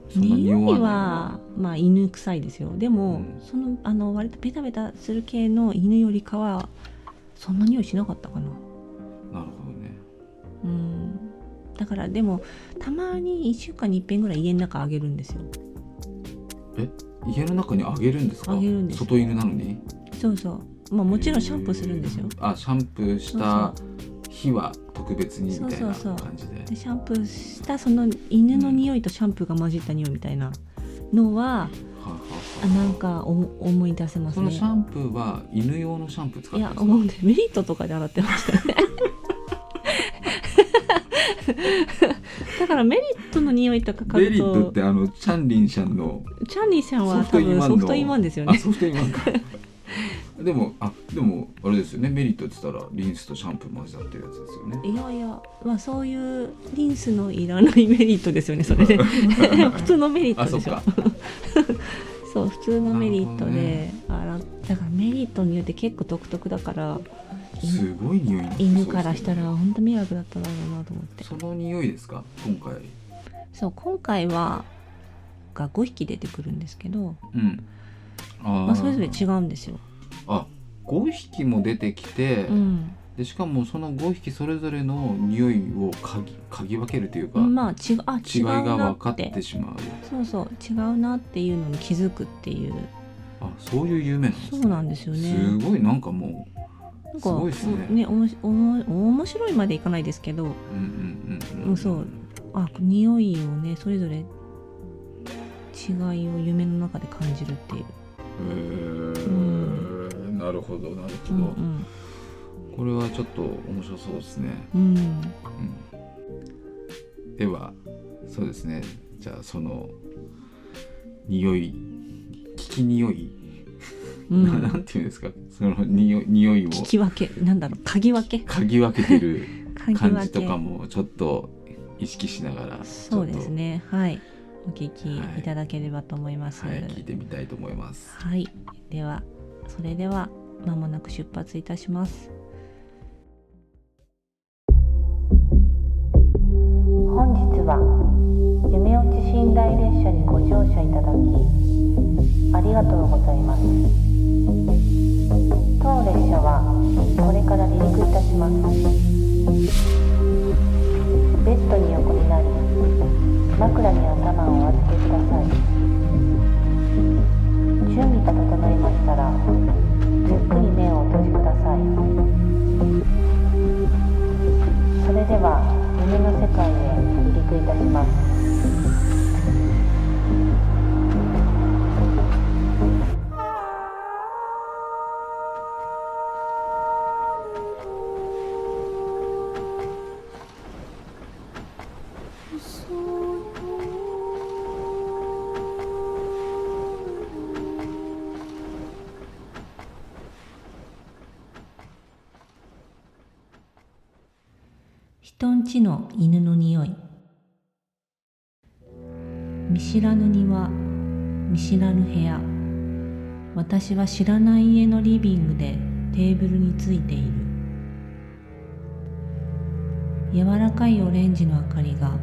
Speaker 3: そんな
Speaker 1: 匂
Speaker 3: 匂わないい
Speaker 1: はまあ犬臭いですよでも、
Speaker 3: うん
Speaker 1: そのあの割とベタベタする系の犬よりかはそんな匂いしなかったかな
Speaker 3: なるほどね
Speaker 1: うんだからでもたまに1週間に1遍ぐらい家の中あげるんですよ
Speaker 3: 家の中にあげるんですか
Speaker 1: あげるんです
Speaker 3: 外犬なのに
Speaker 1: そうそうまあもちろんシャンプーするんですよ
Speaker 3: へーあシャンプーした日は特別にみたいな
Speaker 1: そうそうそう
Speaker 3: 感じで
Speaker 1: でシャンプーしたその犬の匂いとシャンプーが混じった匂いみたいなのは
Speaker 3: は
Speaker 1: あなんかお思い出せます
Speaker 3: その
Speaker 1: ね
Speaker 3: シャンプーは犬用のシャンプー使っ
Speaker 1: い
Speaker 3: てる
Speaker 1: や
Speaker 3: んですか
Speaker 1: もうねメリットとかで洗ってました
Speaker 3: [laughs]
Speaker 1: ねだからメリットの匂いとか嗅
Speaker 3: ベリ
Speaker 1: ぐ
Speaker 3: ットっ
Speaker 1: と
Speaker 3: てあのチャンリンシャンの
Speaker 1: チャーリーさんは
Speaker 3: ソフト
Speaker 1: 多
Speaker 3: イン
Speaker 1: 分
Speaker 3: ワンの
Speaker 1: ソフトインワンですよ
Speaker 3: あ
Speaker 1: ね
Speaker 3: ソフトインワンかでもあでもあれですよねメリットって言ったらリンスとシャンプー混ぜたっていうやつですよね
Speaker 1: いやいやまあそういうリンスのいらないメリットですよねそれ
Speaker 3: [laughs]
Speaker 1: で普通のメリッ
Speaker 3: あ
Speaker 1: ト
Speaker 3: そ
Speaker 1: で
Speaker 3: っ
Speaker 1: しょ
Speaker 3: か
Speaker 1: そう普通のメリットで、
Speaker 3: なる
Speaker 1: 洗っだからメリットによって結構独特だから
Speaker 3: すごい匂いになってそうですよね
Speaker 1: 犬からしたら本当迷惑だっただろうなと思って
Speaker 3: その匂いですか今回
Speaker 1: そう今回はが5匹出てくるんですけど、
Speaker 3: うんあー、
Speaker 1: まあ、それぞれ違うんですよ、
Speaker 3: あ5匹も出てきて、
Speaker 1: うん、
Speaker 3: でしかもその5匹それぞれの匂いを嗅ぎ嗅ぎ分けるというか、
Speaker 1: まあ違うあ
Speaker 3: 違
Speaker 1: 違
Speaker 3: いうが
Speaker 1: な
Speaker 3: 分か
Speaker 1: っ
Speaker 3: っててしまう
Speaker 1: そうそう違うなっていうのに気づくっていう
Speaker 3: あそういう夢なんです
Speaker 1: そ
Speaker 3: ね
Speaker 1: うなんですよね
Speaker 3: すごいなんかも
Speaker 1: なんか
Speaker 3: すごいっすね
Speaker 1: おおもしおも面白いまでいかないですけど
Speaker 3: ううんうんうん
Speaker 1: もうそうあ匂いをねそれぞれ違いを夢の中で感じるっていう、
Speaker 3: へーなるほどなる
Speaker 1: う
Speaker 3: ほど、
Speaker 1: ん
Speaker 3: これはちょっと面白そうですね、
Speaker 1: うんうん、
Speaker 3: うんではそうですねじゃあその匂い聞き匂い、
Speaker 1: う、
Speaker 3: なん [laughs] んていうんですかその匂い匂いを
Speaker 1: 聞き分けなんだろう嗅ぎ分け
Speaker 3: 嗅ぎ分けてる
Speaker 1: 嗅ぎ
Speaker 3: 感
Speaker 1: 分
Speaker 3: じと
Speaker 1: け
Speaker 3: かもちょっと意識しながら
Speaker 1: そうですねはいお聞きいただければと思いま
Speaker 3: ち
Speaker 1: す
Speaker 3: ょっ
Speaker 1: は
Speaker 3: と、はい
Speaker 1: い、、
Speaker 3: 聞いてみたいと思います。
Speaker 1: ではそれではまもなく出発いたします本日は夢落ち寝台列車にご乗車いただきありがとうございます当列車はこれから離陸いたしますベッドに横になり枕に頭をお預けください準備が整いましたらゆっくり目を閉じくださいそれでは夢の世界へ離陸いたします人んちの犬の匂い見知らぬ庭見知らぬ部屋私は知らない家のリビングでテーブルについている柔らかいオレンジの明かりが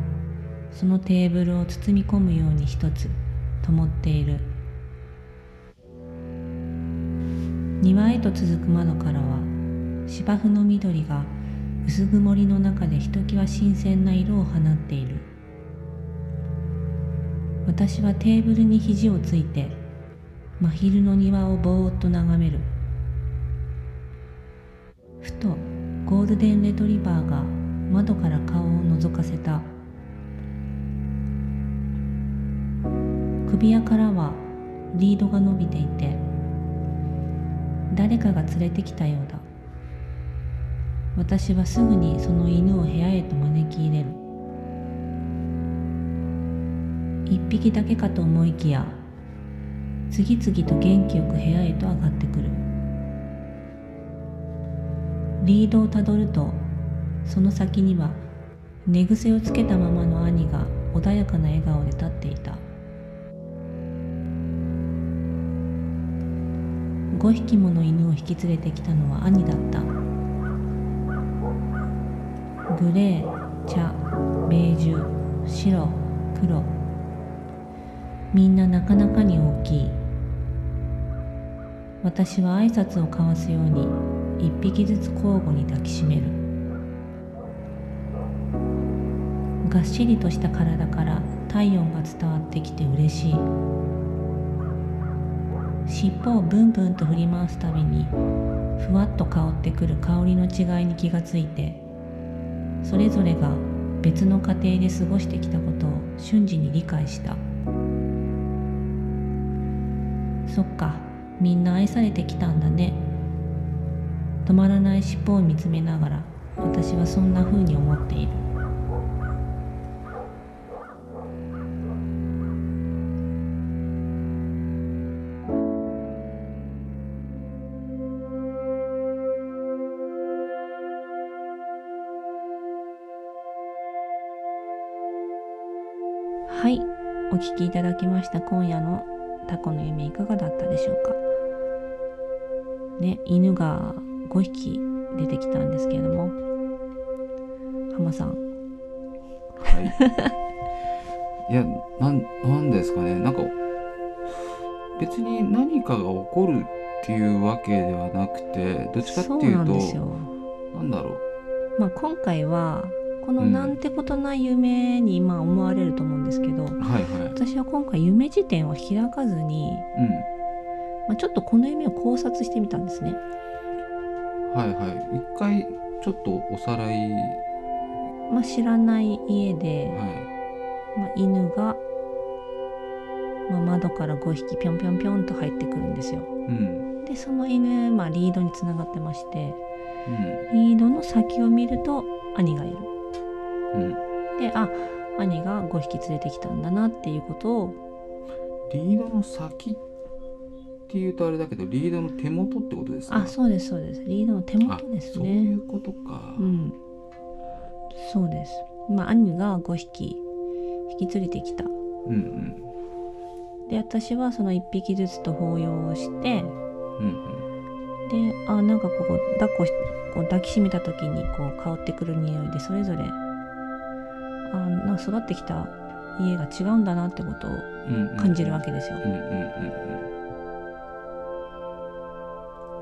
Speaker 1: そのテーブルを包み込むように一つ灯っている庭へと続く窓からは芝生の緑が薄曇りの中でひときわ新鮮な色を放っている私はテーブルに肘をついて真昼の庭をぼーっと眺めるふとゴールデンレトリバーが窓から顔を覗かせた首輪からはリードが伸びていて誰かが連れてきたようだ私はすぐにその犬を部屋へと招き入れる一匹だけかと思いきや次々と元気よく部屋へと上がってくるリードをたどるとその先には寝癖をつけたままの兄が穏やかな笑顔で立っていた5匹もの犬を引き連れてきたのは兄だったグレー茶ベージュ白黒みんななかなかに大きい私は挨拶を交わすように一匹ずつ交互に抱きしめるがっしりとした体から体温が伝わってきて嬉しい尻尾をブンブンと振り回すたびにふわっと香ってくる香りの違いに気がついてそれぞれが別の家庭で過ごしてきたことを瞬時に理解したそっかみんな愛されてきたんだね止まらない尻尾を見つめながら私はそんな風に思っているはいお聞きいただきました今夜のタコの夢いかがだったでしょうかね犬が5匹出てきたんですけれども浜さん
Speaker 3: はい。い [laughs] や、なん、なんですかね。なんか、別に何かが起こるっていうわけではなくて、どっちかって
Speaker 1: そう
Speaker 3: いう
Speaker 1: な
Speaker 3: と、
Speaker 1: んですよ
Speaker 3: なんだろう。
Speaker 1: まあ今回はこの
Speaker 3: うん
Speaker 1: なんてことない夢に今思われると思うんですけど、
Speaker 3: はいはい。
Speaker 1: 私は今回夢辞典を開かずに、
Speaker 3: う
Speaker 1: まあ、ちょっとこの夢を考察してみたんですね
Speaker 3: ん。はいはい。一回、ちょっとおさらい、
Speaker 1: まあ、知らない家で、
Speaker 3: は
Speaker 1: まあ、犬が、まあ、窓から5匹ぴょんぴょんぴょんと入ってくるんですよ
Speaker 3: い。うん。
Speaker 1: でその犬、まあ、リードにつながってまして
Speaker 3: う
Speaker 1: リードの先を見ると兄がいる
Speaker 3: ん。うん。
Speaker 1: であ兄が5匹連れてきたんだなっていうことを
Speaker 3: リードの先っていうとあれだけど、リードの手元ってことですか
Speaker 1: あそうですそうですリードの手
Speaker 3: あ
Speaker 1: 元です
Speaker 3: そう
Speaker 1: ね
Speaker 3: いうことか。
Speaker 1: うんそうですまあ兄が5匹引き連れてきた
Speaker 3: うん
Speaker 1: で私はその1匹ずつと抱擁をして
Speaker 3: うん。うん
Speaker 1: であなんかここ抱っこしこう抱きしめた時にこう香ってくる匂いでそれぞれあなんか育ってきた家が違うんだなってことを
Speaker 3: うん。うんうん。
Speaker 1: 感じるわけですよ。
Speaker 3: うんうんうんうん。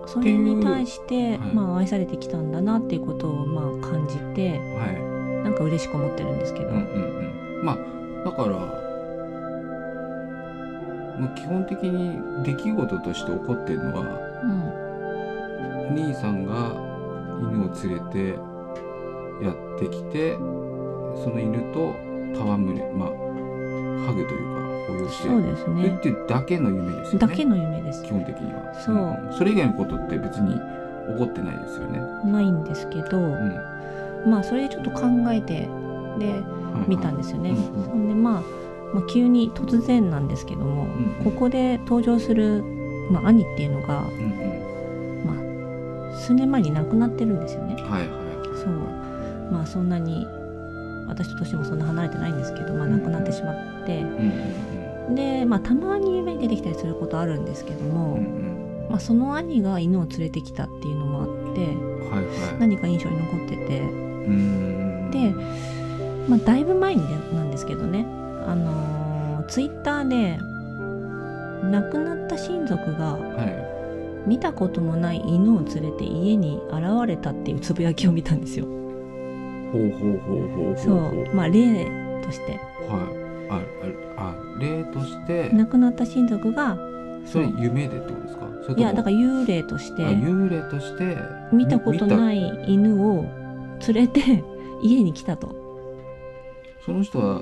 Speaker 1: それに対して、
Speaker 3: っていうはい
Speaker 1: まあ、愛されてきたんだなっていうことをまあ感じて
Speaker 3: はい。
Speaker 1: なんか嬉しく思ってるんですけど、
Speaker 3: うんうんうん。まあだから、まあ、基本的に出来事として起こってるのは
Speaker 1: うん
Speaker 3: お兄さんが犬を連れてやってきてその犬と戯れまあハグというか抱擁して
Speaker 1: そうです
Speaker 3: る
Speaker 1: ね
Speaker 3: っていうだけの夢ですよね。
Speaker 1: だけの夢です
Speaker 3: 基本的には。
Speaker 1: そうん
Speaker 3: それ以外のことって別に起こってないですよね。
Speaker 1: ないんですけど、
Speaker 3: うん。
Speaker 1: まあそれでちょっと考えてで
Speaker 3: はいはい
Speaker 1: 見たんですよね。
Speaker 3: うんうん
Speaker 1: そんでまあ、まあ急に突然なんですけども、
Speaker 3: うん
Speaker 1: ここで登場する、まあ、兄っていうのが、
Speaker 3: うんうん。
Speaker 1: まあ、数年前に亡くなってるんですよね。
Speaker 3: はいは
Speaker 1: そうまあそんなに私と年もそんな離れてないんですけど、まあ、亡くなってしまって、
Speaker 3: い。うんうん
Speaker 1: で、まあ、たまに夢に出てきたりすることあるんですけども、
Speaker 3: うん。うん
Speaker 1: まあ、その兄が犬を連れてきたっていうのもあって
Speaker 3: うん。はいはい。
Speaker 1: 何か印象に残ってて。
Speaker 3: うーん
Speaker 1: で、まあ、だいぶ前になんですけどね、あのツイッター Twitter で亡くなった親族が
Speaker 3: はい、
Speaker 1: 見たこともない犬を連れて家に現れたっていうつぶやきを見たんですよ。
Speaker 3: ほうほうほうほうほうほう
Speaker 1: そうまあ例として
Speaker 3: はいあああ例として
Speaker 1: 亡くなった親族が
Speaker 3: それ夢でってことですかそれとも
Speaker 1: いやだから幽霊とし
Speaker 3: あ
Speaker 1: て
Speaker 3: 幽霊として
Speaker 1: 見たことないい犬を連れて家に来たと。
Speaker 3: その人は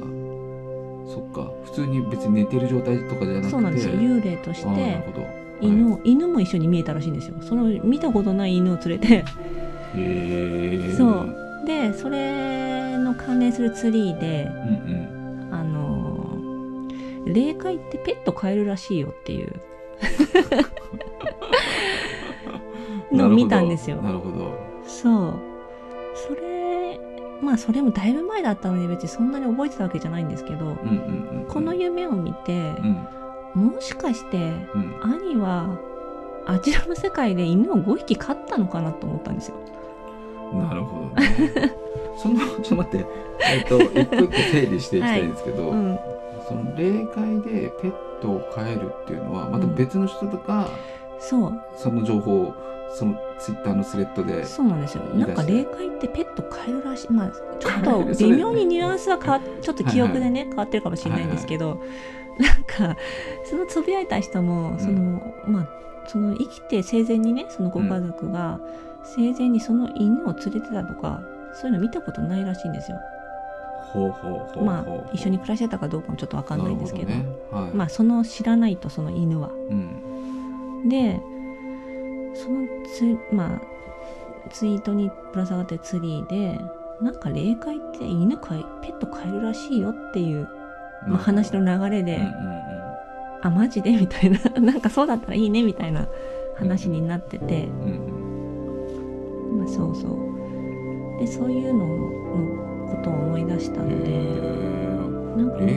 Speaker 3: そっか普通に別に寝てる状態とかじゃなくて
Speaker 1: そうなんですよ幽霊とし
Speaker 3: あーな
Speaker 1: て
Speaker 3: るほど
Speaker 1: 犬
Speaker 3: はい
Speaker 1: を犬も一緒に見えたらしいんですよ。その見たことない犬を連れて
Speaker 3: へえ
Speaker 1: そうでそれの関連するツリーで
Speaker 3: うんうん
Speaker 1: あのー霊界ってペット飼えるらしいよって
Speaker 3: [laughs]
Speaker 1: いうのを
Speaker 3: なるほど
Speaker 1: 見たんですよ
Speaker 3: なるほど
Speaker 1: そうそれまあそれもだいぶ前だったので別にそんなに覚えてたわけじゃないんですけど
Speaker 3: うんうんうんうん
Speaker 1: この夢を見て
Speaker 3: う、ん
Speaker 1: もしかして
Speaker 3: うん
Speaker 1: 兄はあちらの世界で犬を5匹飼ったのかなと思ったんですよ。
Speaker 3: なるほどねそのちょっと待ってえっと一個一個整理していきたいんですけど、
Speaker 1: うん、
Speaker 3: その霊界でペットを飼えるっていうのはまた別の人とか、
Speaker 1: そう
Speaker 3: その情報をそのツイッターのスレッドで
Speaker 1: そうなんですよ。
Speaker 3: いい
Speaker 1: な
Speaker 3: らし
Speaker 1: ん
Speaker 3: い
Speaker 1: か霊界ってペット飼えるらしい。まあちょっ
Speaker 3: 飼
Speaker 1: と
Speaker 3: え [laughs] るそれ
Speaker 1: 微妙にニュアンスは変わっちょっと記憶でね変わってるかもしれないんですけど、なんかそのつぶやいた人もその、まあその生きて生前にねそのご家族が生前にその犬を連れてたとか。そういうの見たことないらしいんですよ。
Speaker 3: ほうほうほうほう
Speaker 1: まあ一緒に暮らしてたかどうかもちょっとわかんないんですけど、
Speaker 3: るほねはい
Speaker 1: まあその知らないとその犬は。
Speaker 3: うん
Speaker 1: でそのツ,、まあ、ツイートにぶら下がってるツリーでなんか霊界って犬飼いペット飼えるらしいよっていう、まあ、話の流れで、
Speaker 3: うんうん
Speaker 1: あマジでみたいな [laughs] なんかそうだったらいいねみたいな話になってて、
Speaker 3: うんうん
Speaker 1: まあ、そうそうでそういうののことを思い出した
Speaker 3: うんん
Speaker 1: で
Speaker 3: へ
Speaker 1: なんか、
Speaker 3: え霊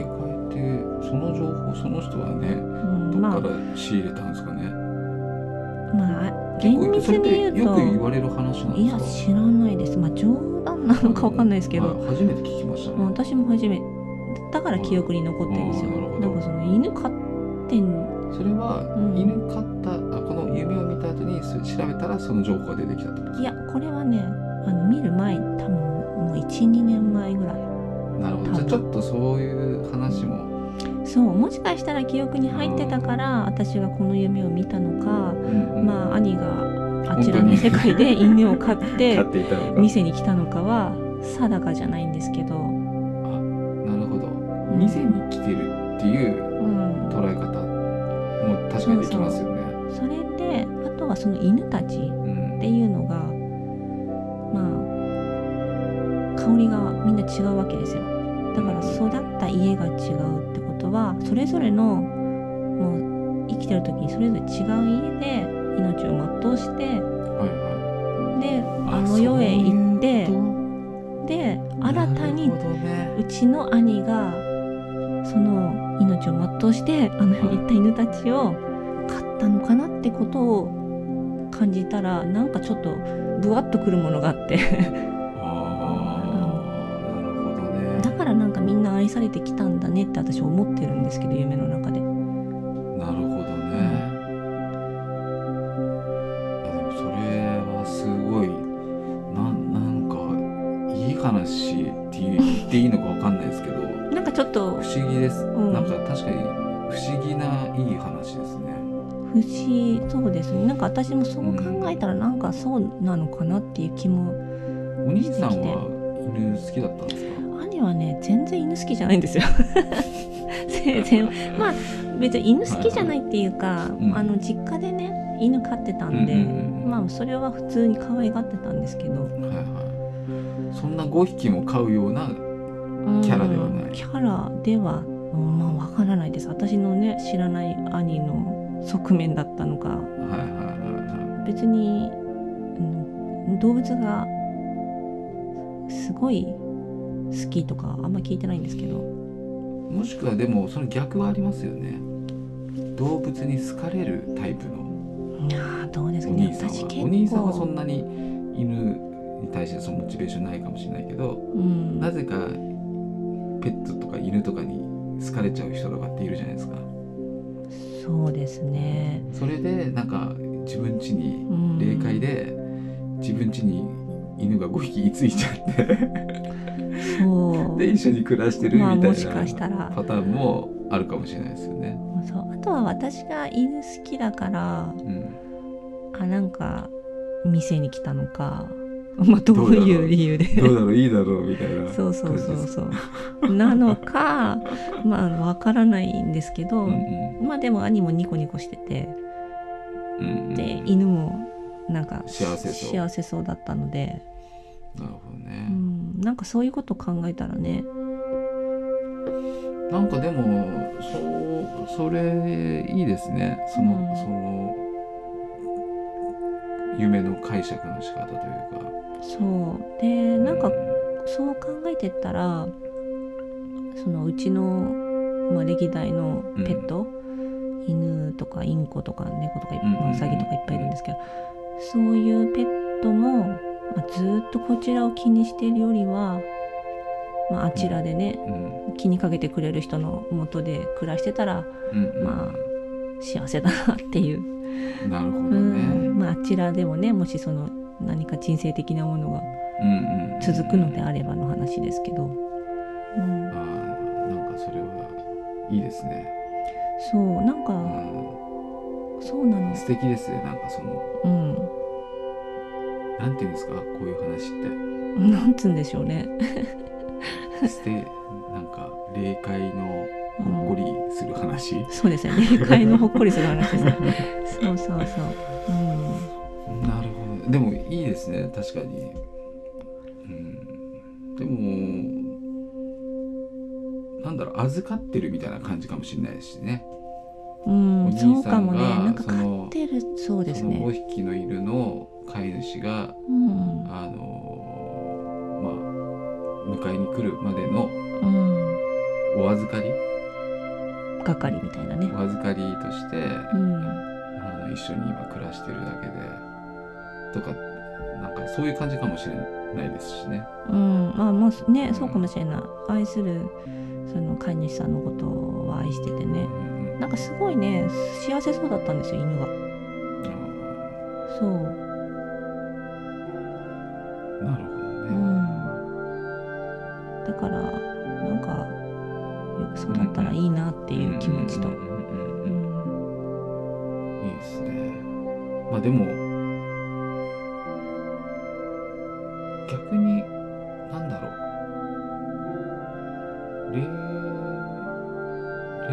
Speaker 3: 界ってその情報その人はね
Speaker 1: うん、
Speaker 3: ど
Speaker 1: ま
Speaker 3: っ
Speaker 1: あ
Speaker 3: から仕入れたんですかね、
Speaker 1: まあ厳
Speaker 3: 結構
Speaker 1: 密
Speaker 3: それっ
Speaker 1: に
Speaker 3: て
Speaker 1: 言う
Speaker 3: よく言
Speaker 1: と
Speaker 3: われる話なん
Speaker 1: い
Speaker 3: です
Speaker 1: や
Speaker 3: か
Speaker 1: 知らないですまあ冗談なのかわかんないですけど、
Speaker 3: はい初めて聞きましたね、
Speaker 1: 私も初めだから記憶に残ってるんですよ
Speaker 3: あーなるほど
Speaker 1: なんかその犬飼ってん
Speaker 3: それは
Speaker 1: うん
Speaker 3: 犬飼った、あこの夢を見た後にす調べたらその情報が出てきたってこと
Speaker 1: いやこれはねあの見る前多分もう12年前ぐらい
Speaker 3: なるほどじゃあちょっとそういう話も、
Speaker 1: そうもしかしたら記憶に入ってたから私がこの夢を見たのか、
Speaker 3: うんうん
Speaker 1: まあ兄があちらの世界で犬を飼っ
Speaker 3: [laughs] 飼
Speaker 1: て
Speaker 3: っていたのか
Speaker 1: 店に来たのかは定かじゃないんですけど、う、
Speaker 3: なるほど店に来てるっていうん捉え方も確かにできますよね
Speaker 1: それであとはその犬たち
Speaker 3: う
Speaker 1: っ
Speaker 3: ん
Speaker 1: ていうのがまあ香りがみんな違うわけですよだから育った家が違うってことはそれぞれのもう生きてる時にそれぞれ違う家で命を全うして
Speaker 3: はいはい
Speaker 1: であの世へ行って
Speaker 3: そういう
Speaker 1: で
Speaker 3: こと
Speaker 1: 新たに
Speaker 3: なるほどね
Speaker 1: うちの兄がその命を全うしてあの世に行った犬たちを飼ったのかなってことを感じたらなんかちょっとぶわっとくるものがあって
Speaker 3: ああなるほどね
Speaker 1: だからなんかみんな愛されてきたんだねって私思ってるんですけど夢の中で
Speaker 3: なるほどね。いやでもそれはすごいなんなんかいい話っていう言っていいのかわかんないですけど
Speaker 1: なんかちょっと
Speaker 3: 不思議です。
Speaker 1: うん
Speaker 3: なんか確かに不思議ないい話ですね。
Speaker 1: 不思そうですねなんか私もそう考えたらなんかそうなのかなっていう気も
Speaker 3: お兄さんは犬好きだったんですか？
Speaker 1: 兄はね全然犬好きじゃないん
Speaker 3: [laughs]
Speaker 1: ですよ全然まあ別に犬好きじゃないっていうか、
Speaker 3: いうん
Speaker 1: あの実家でね犬飼ってた
Speaker 3: うん
Speaker 1: ん
Speaker 3: う
Speaker 1: で、
Speaker 3: んうん。
Speaker 1: まあそれは普通に可愛がってたんですけど
Speaker 3: はいはい。そんな5匹も飼うようなキャラではない
Speaker 1: うんキャラではうんまあわからないです私のね知らない兄の側面だったのか
Speaker 3: はいはいは
Speaker 1: 別に、うん、動物がすごい好きとかあんま聞いてないんですけど
Speaker 3: いはい。もしくはでもその逆はありますよね。動物に好かれるタイプの。
Speaker 1: いやーどうです
Speaker 3: お
Speaker 1: かね
Speaker 3: 兄さん
Speaker 1: 私
Speaker 3: は
Speaker 1: 結
Speaker 3: お兄さんはそ
Speaker 1: 構
Speaker 3: んなに犬に対してそのモチベーションないかもしれないけど
Speaker 1: うん
Speaker 3: なぜかペットとか犬とかに好かれちゃう人とかっているじゃないですか
Speaker 1: そうですね
Speaker 3: それでなんか自分家に
Speaker 1: うん
Speaker 3: 霊界で自分家に犬が5匹居ついちゃって [laughs]
Speaker 1: そう
Speaker 3: で一緒に暮らしてるみたいな、
Speaker 1: まあもしかしたら
Speaker 3: パターンもあるかもしれないですよね。
Speaker 1: そうあとは私が犬好きだから
Speaker 3: うん、
Speaker 1: あなんか店に来たのか、 [laughs] まあ、どういう理由で
Speaker 3: どうだろういいだろうみたい [laughs] な。
Speaker 1: そうそうそうそうなのかまあわからないんですけど、
Speaker 3: うんうん
Speaker 1: まあでも兄もニコニコしてて
Speaker 3: うんうん
Speaker 1: で犬もなんか
Speaker 3: 幸せそう
Speaker 1: 幸せそうだったので、
Speaker 3: なるほどね。
Speaker 1: うん、なんかそういうこと考えたらね
Speaker 3: なんかでもそうそれいいですねその、
Speaker 1: うん
Speaker 3: その夢の解釈の仕方というか
Speaker 1: そうでなん
Speaker 3: う
Speaker 1: かそう考えてったらそのうちの、まあ、歴代のペット、犬とかインコとか猫とかいっ
Speaker 3: うんうんうんうん
Speaker 1: ウサギとかいっぱいいるんですけどそういうペットも、まあ、ずーっとこちらを気にしているよりは、まあ、あちらでね、
Speaker 3: うん
Speaker 1: 気にかけてくれる人の元で暮らしてたら
Speaker 3: うんうん
Speaker 1: ま幸せだなっていう、
Speaker 3: なるほど
Speaker 1: う
Speaker 3: ね、
Speaker 1: んまあ、あちらでもねもしその何か人生的なものが
Speaker 3: うんうんうん
Speaker 1: 続くのであればの話ですけど、うん
Speaker 3: あ、ーなんかそれはいいですね、
Speaker 1: そうなん
Speaker 3: う
Speaker 1: か
Speaker 3: ん、
Speaker 1: そうなの
Speaker 3: 素敵ですねなんかその
Speaker 1: う
Speaker 3: なんていうんですかこういう
Speaker 1: [laughs]
Speaker 3: 話
Speaker 1: んなんつうんでしょうね
Speaker 3: ってしてなんか霊界の
Speaker 1: うん
Speaker 3: ほっこりする話、
Speaker 1: そうですよねカエルのほっこりする話 [laughs] ですねそうそうそううん
Speaker 3: なるほどでもいいですね確かに、うん、でもなんだろう預かってるみたいな感じかもしれないしね
Speaker 1: うん
Speaker 3: お、兄さん
Speaker 1: そうかもね
Speaker 3: が
Speaker 1: なんか
Speaker 3: その
Speaker 1: 飼ってるそうです
Speaker 3: その
Speaker 1: ね
Speaker 3: 5匹の犬の飼い主が
Speaker 1: うん
Speaker 3: あのーまあ迎えに来るまでの
Speaker 1: うん
Speaker 3: お預かり
Speaker 1: 係みたいなね
Speaker 3: お預かりとして、
Speaker 1: うん
Speaker 3: あの一緒に今暮らしてるだけでとかなんかそういう感じかもしれないですしね
Speaker 1: うんまあまあねそうかもしれない愛するその飼い主さんのことを愛しててね
Speaker 3: うん
Speaker 1: なんかすごいね幸せそうだったんですよ犬が
Speaker 3: あ
Speaker 1: そううん
Speaker 3: ーなるほどね、
Speaker 1: だからなんかよく育ったらいいなっていう気持ちと
Speaker 3: うんうん
Speaker 1: う
Speaker 3: うん
Speaker 1: ん
Speaker 3: うんいいですねまあでも逆になんだろう霊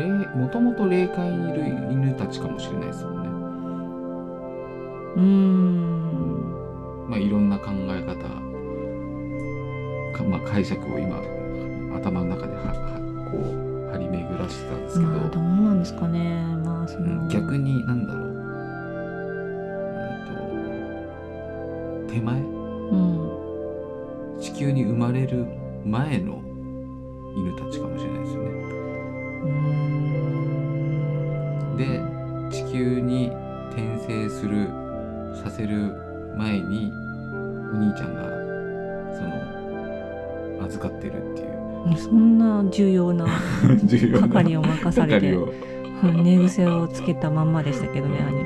Speaker 3: 霊もともと霊界にいる犬たちかもしれないですもんね
Speaker 1: うん
Speaker 3: まあいろんな考え方か、まあ、解釈を今頭の中でははこう張り巡らしてたんですけど、
Speaker 1: まあどうなんですかねまあその
Speaker 3: 逆になんだろう、うんと手前
Speaker 1: うん
Speaker 3: 地球に生まれる前の犬たちかもしれないですよねで地球に転生するさせる前にお兄ちゃんがその預かってるって
Speaker 1: [laughs]
Speaker 3: いう [laughs]
Speaker 1: うんそんな重要な
Speaker 3: 重要な
Speaker 1: 係を任されて
Speaker 3: 係を
Speaker 1: うん寝癖をつけたまんまでしたけどね兄は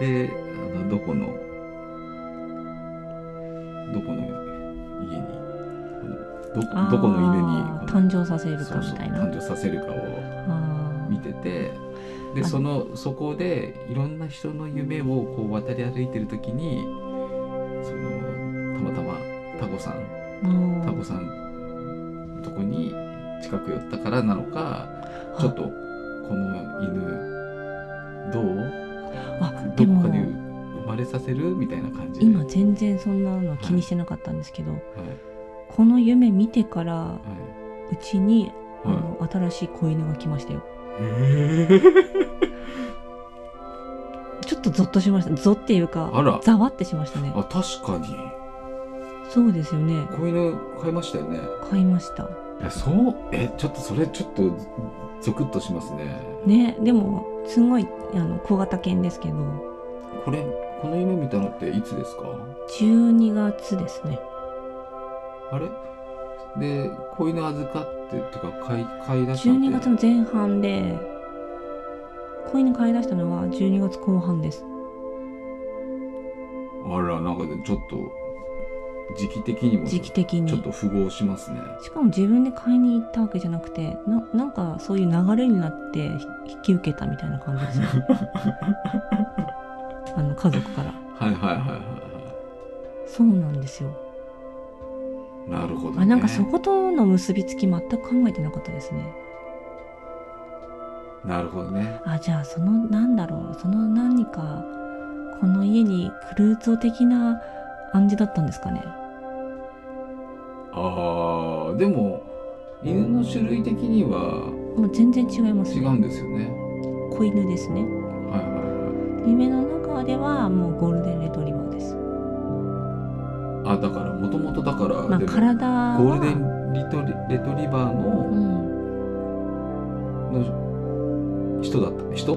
Speaker 3: であのどこのどこの家にこの
Speaker 1: あー
Speaker 3: どどこの犬にこの
Speaker 1: 誕生させるかみたいな
Speaker 3: そうそう誕生させるかを
Speaker 1: あ
Speaker 3: 見ててで
Speaker 1: あ
Speaker 3: そのそこでいろんな人の夢をこう渡り歩いてる時にそのたまたまタコさん
Speaker 1: ーもう
Speaker 3: タコさんのとこに近く寄ったからなのか
Speaker 1: あ
Speaker 3: ちょっとこの犬どう
Speaker 1: あで
Speaker 3: どこか
Speaker 1: も
Speaker 3: で生まれさせるみたいな感じで
Speaker 1: 今全然そんなの気にしてなかったんですけど、
Speaker 3: はい
Speaker 1: この夢見てから
Speaker 3: は
Speaker 1: うちに、
Speaker 3: い
Speaker 1: あ
Speaker 3: は
Speaker 1: の新しい子犬が来ましたよ
Speaker 3: いえ
Speaker 1: ちょっとゾッとしましたゾっていう
Speaker 3: あ
Speaker 1: からざわってしましたね
Speaker 3: ー、あ確かに
Speaker 1: そうですよね
Speaker 3: 子犬飼いましたよね
Speaker 1: 買いました
Speaker 3: えそうえちょっとそれちょっとゾクッとしますね
Speaker 1: ねでもすごいあの小型犬ですけど
Speaker 3: これこの夢見たのっていつですか
Speaker 1: 12月ですね
Speaker 3: あれで子犬預かってとか飼い飼い出したのって
Speaker 1: 12月の前半で子犬飼い出したのは12月後半です
Speaker 3: あらなんかねちょっと時期的にも
Speaker 1: 時期的に
Speaker 3: ちょっと符合しますね
Speaker 1: しかも自分で買いに行ったわけじゃなくてななんかそういう流れになってひ引き受けたみたいな感じ
Speaker 3: [laughs]
Speaker 1: ですよあの家族から
Speaker 3: はいはいはいは
Speaker 1: そうなんですよ
Speaker 3: いはいなるほど、ね、
Speaker 1: あなんかそことの結びつき全く考えてなかったですね
Speaker 3: なるほどね
Speaker 1: あじゃあそのなんだろうその何かこの家にクルーズ的な暗示だったんですかね
Speaker 3: あーでも犬の種類的には
Speaker 1: もう全然違います
Speaker 3: 違
Speaker 1: ね
Speaker 3: うんですよね
Speaker 1: 子犬ですね
Speaker 3: はいは
Speaker 1: 夢の中ではもうゴールデンレトリバーです
Speaker 3: いはいあだからもともとだから、
Speaker 1: まあ
Speaker 3: でも
Speaker 1: 体は
Speaker 3: ゴールデンリトリレトリバーの、
Speaker 1: うん
Speaker 3: の人だった人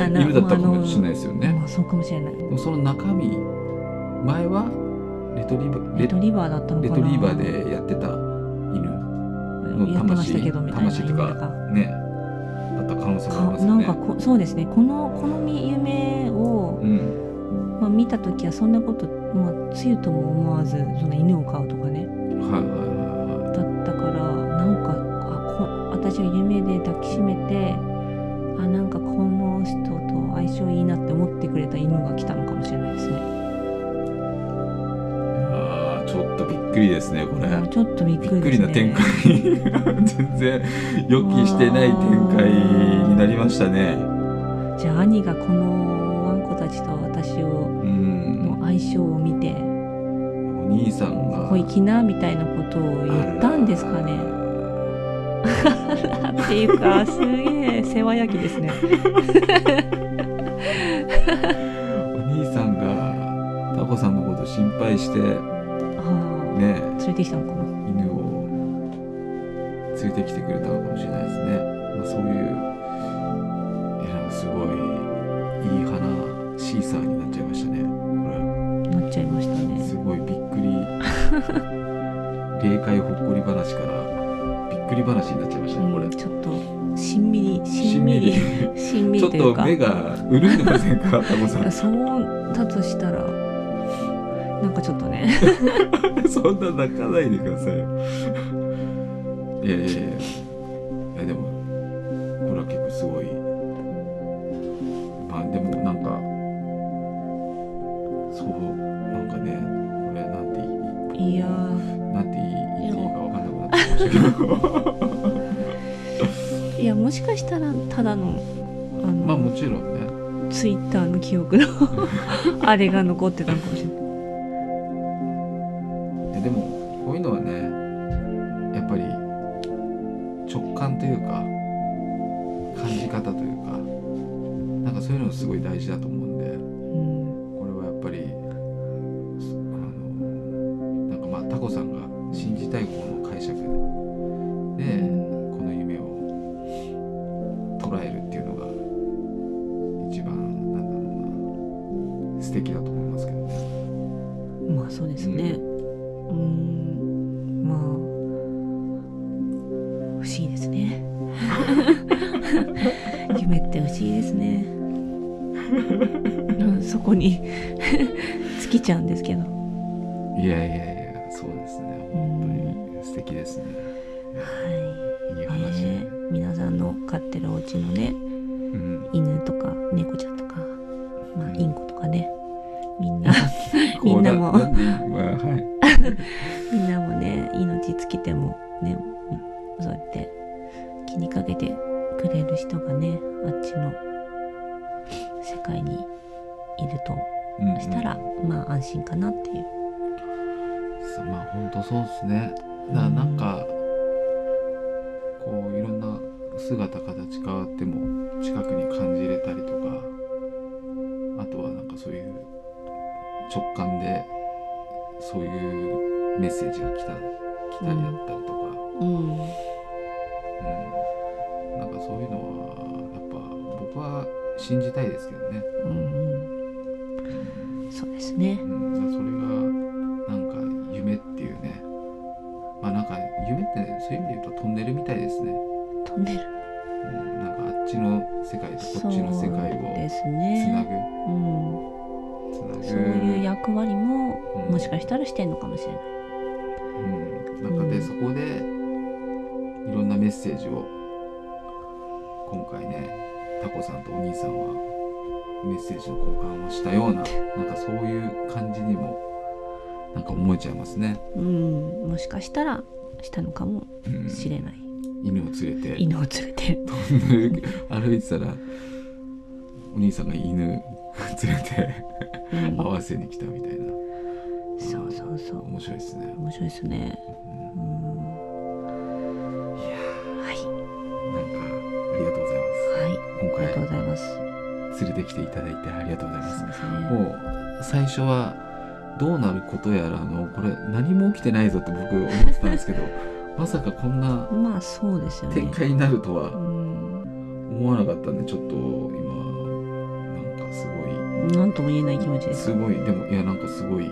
Speaker 1: あ
Speaker 3: 犬だったかもしれない
Speaker 1: い
Speaker 3: ですよね
Speaker 1: まあ、そうかもしれない。
Speaker 3: でもその中身前はレトリバレ
Speaker 1: レトリバーだったのか
Speaker 3: レ
Speaker 1: な。
Speaker 3: トリバーでやってた犬の
Speaker 1: やってましたけどみたいな
Speaker 3: 魂と
Speaker 1: 夢
Speaker 3: か
Speaker 1: が
Speaker 3: ねだった可能性もあります
Speaker 1: な
Speaker 3: よ
Speaker 1: ん
Speaker 3: ね
Speaker 1: かこそうですね。このこの夢を
Speaker 3: う、ん
Speaker 1: まあ、見た時はそんなことまあつゆとも思わずその犬を飼うとかね
Speaker 3: はいはいはいは
Speaker 1: だったからなんかあこ私は夢で抱きしめてあなんかこの人と相性いいなって思ってくれた犬が来たのかもしれないですね。
Speaker 3: いあーちょっとびっくくりですねこれ
Speaker 1: もうちょっとびっ
Speaker 3: び
Speaker 1: くり
Speaker 3: っく
Speaker 1: で
Speaker 3: り
Speaker 1: す、ね、
Speaker 3: な展開全然予期してない展開になりましたね
Speaker 1: じゃあ兄がこのワンコたちと私を
Speaker 3: うん
Speaker 1: の相性を見て
Speaker 3: お兄さんが
Speaker 1: ここ行きなみたいなことを言ったんですかねっていうかすげえ世話焼きですね
Speaker 3: あらお兄さんがタコさんのこと心配して
Speaker 1: ああ、
Speaker 3: ね
Speaker 1: 連れてきたのかな
Speaker 3: 犬を連れてきてくれたのかもしれないですね、まあ、そういういやなんかすごいいい花シーサーになっちゃいましたねこ
Speaker 1: なっちゃいました
Speaker 3: れ
Speaker 1: ね
Speaker 3: すごいびっくり
Speaker 1: [laughs]
Speaker 3: 霊界ほっこり話からびっくり話になっちゃいましたねこ
Speaker 1: う
Speaker 3: れ
Speaker 1: ん、ちょっとしんみりしんみりしんみ
Speaker 3: ちょ
Speaker 1: り
Speaker 3: っ
Speaker 1: という
Speaker 3: と
Speaker 1: か
Speaker 3: 目が潤んでませんかタコ
Speaker 1: [laughs]
Speaker 3: さん
Speaker 1: そうだとしたらなんかちょっとね [laughs]
Speaker 3: そんな泣かないでくださいよ。いやいやいや。いやでも、これは結構すごい。まあでもなんか、そう、なんかね、これなんていい、
Speaker 1: いやー
Speaker 3: なんていい言っていいかわかんなくなってきました
Speaker 1: [laughs]
Speaker 3: けど。
Speaker 1: いやもしかしたらただのあの、
Speaker 3: まあもちろんね。
Speaker 1: ツイッターの記憶の [laughs] あれが残ってたのかもしれない
Speaker 3: いやでも、こういうのはね、やっぱり直感というか、感じ方というか、なんかそういうのすごい大事だと思うんで。
Speaker 1: うん
Speaker 3: これはやっぱりすあのなんかまあタコさんが信じたい方の解釈ででこの夢を捉えるっていうのが一番なんだろうな素敵だと思いますけどね。
Speaker 1: まあそうですねうんまあ不思議ですね [laughs] 夢って不思議ですねうんそこに [laughs] 尽きちゃうんですけど
Speaker 3: いやいやいやそうですね本当に素敵ですね。
Speaker 1: はい
Speaker 3: いい
Speaker 1: え
Speaker 3: 話、
Speaker 1: ー皆さんの飼ってるお家のね
Speaker 3: うん
Speaker 1: 犬とか猫ちゃんとか、まあ、
Speaker 3: うん
Speaker 1: インコとかねみんなみ
Speaker 3: [laughs] こうん
Speaker 1: な
Speaker 3: な
Speaker 1: も
Speaker 3: なんでまあはい
Speaker 1: みんなもね命尽きてもねうんそうやって気にかけてくれる人がねあっちの世界にいると
Speaker 3: うんうん
Speaker 1: したら、まあ安心かなっていう
Speaker 3: そうまあ本当そうですねな
Speaker 1: うん
Speaker 3: なんかこういろんな姿形変わっても近くに感じれたりとかあとはなんかそういう直感でそういうメッセージが来た来たりだったりとか、
Speaker 1: うん
Speaker 3: うんなんかそういうのはやっぱ僕は信じたいですけどね、
Speaker 1: うんうんそうですね
Speaker 3: うん、だからそれがなんか夢っていうねまあなんか夢って、ね、そういう意味で言うとトンネルみたいですね、
Speaker 1: トンネル
Speaker 3: うん、なんかあっちの世界とこっちの世界
Speaker 1: そう
Speaker 3: を
Speaker 1: です
Speaker 3: つな
Speaker 1: ねう
Speaker 3: ぐ
Speaker 1: ん
Speaker 3: つなぐ
Speaker 1: そういう役割も
Speaker 3: うん
Speaker 1: もしかしたらしてんのかもしれない。
Speaker 3: うん、なんかで、
Speaker 1: うん
Speaker 3: そこでいろんなメッセージを今回ねタコさんとお兄さんはメッセージの交換をしたよ
Speaker 1: [laughs]
Speaker 3: うななんかそういう感じにもなんか思えちゃいますね、
Speaker 1: うん、もしかしたらしたのかも
Speaker 3: うん
Speaker 1: しれない。
Speaker 3: 犬を連れて
Speaker 1: 犬を連れて。
Speaker 3: [laughs] 歩いてたらお兄さんが犬 [laughs] 連れて
Speaker 1: [laughs] うん
Speaker 3: 合わせに来たみたいな
Speaker 1: そうそうそう。
Speaker 3: 面白いですね、
Speaker 1: 面白いですね。
Speaker 3: うん
Speaker 1: うんはい。
Speaker 3: なんかありがとうございます
Speaker 1: はい。
Speaker 3: 今
Speaker 1: ありがとう
Speaker 3: 回
Speaker 1: ございます。
Speaker 3: 連れてきていただいてありがとうございます
Speaker 1: そうですね。
Speaker 3: もう最初はどうなることやらのこれ何も起きてないぞって僕思ってたんですけ
Speaker 1: [laughs]
Speaker 3: どまさかこんな
Speaker 1: まあそうですよ
Speaker 3: 展
Speaker 1: ね。
Speaker 3: 開になると
Speaker 1: う
Speaker 3: は
Speaker 1: ん、
Speaker 3: 思わなかったんでちょっと今なんかすご
Speaker 1: なんとも言えない気持ち
Speaker 3: い
Speaker 1: です。
Speaker 3: すごいでもいやなんかすごいい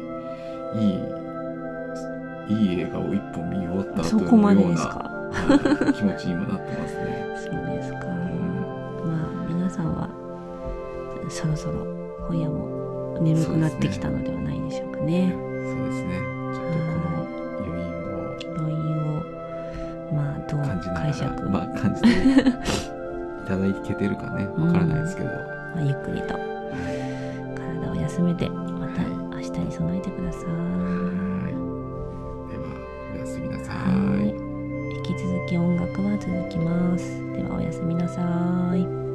Speaker 3: いいい映画を一本見終わった
Speaker 1: そ
Speaker 3: 後
Speaker 1: こ
Speaker 3: の
Speaker 1: まで
Speaker 3: よう
Speaker 1: です
Speaker 3: な
Speaker 1: か。
Speaker 3: はい気持ちに今なってますね。
Speaker 1: そうですか。
Speaker 3: うん
Speaker 1: まあ皆さんはそろそろ今夜も眠くなってきたのではないでしょうかね。
Speaker 3: そうですねちょっとこの余韻を
Speaker 1: 余韻をまあどう
Speaker 3: 感じながら
Speaker 1: 解釈、
Speaker 3: まあ感じていただけてるかねわからないですけど、
Speaker 1: まあゆっくりと体を休めてまた
Speaker 3: は
Speaker 1: 明日に備えてください。
Speaker 3: はいでは
Speaker 1: 楽器音楽は続きますではおやすみなさい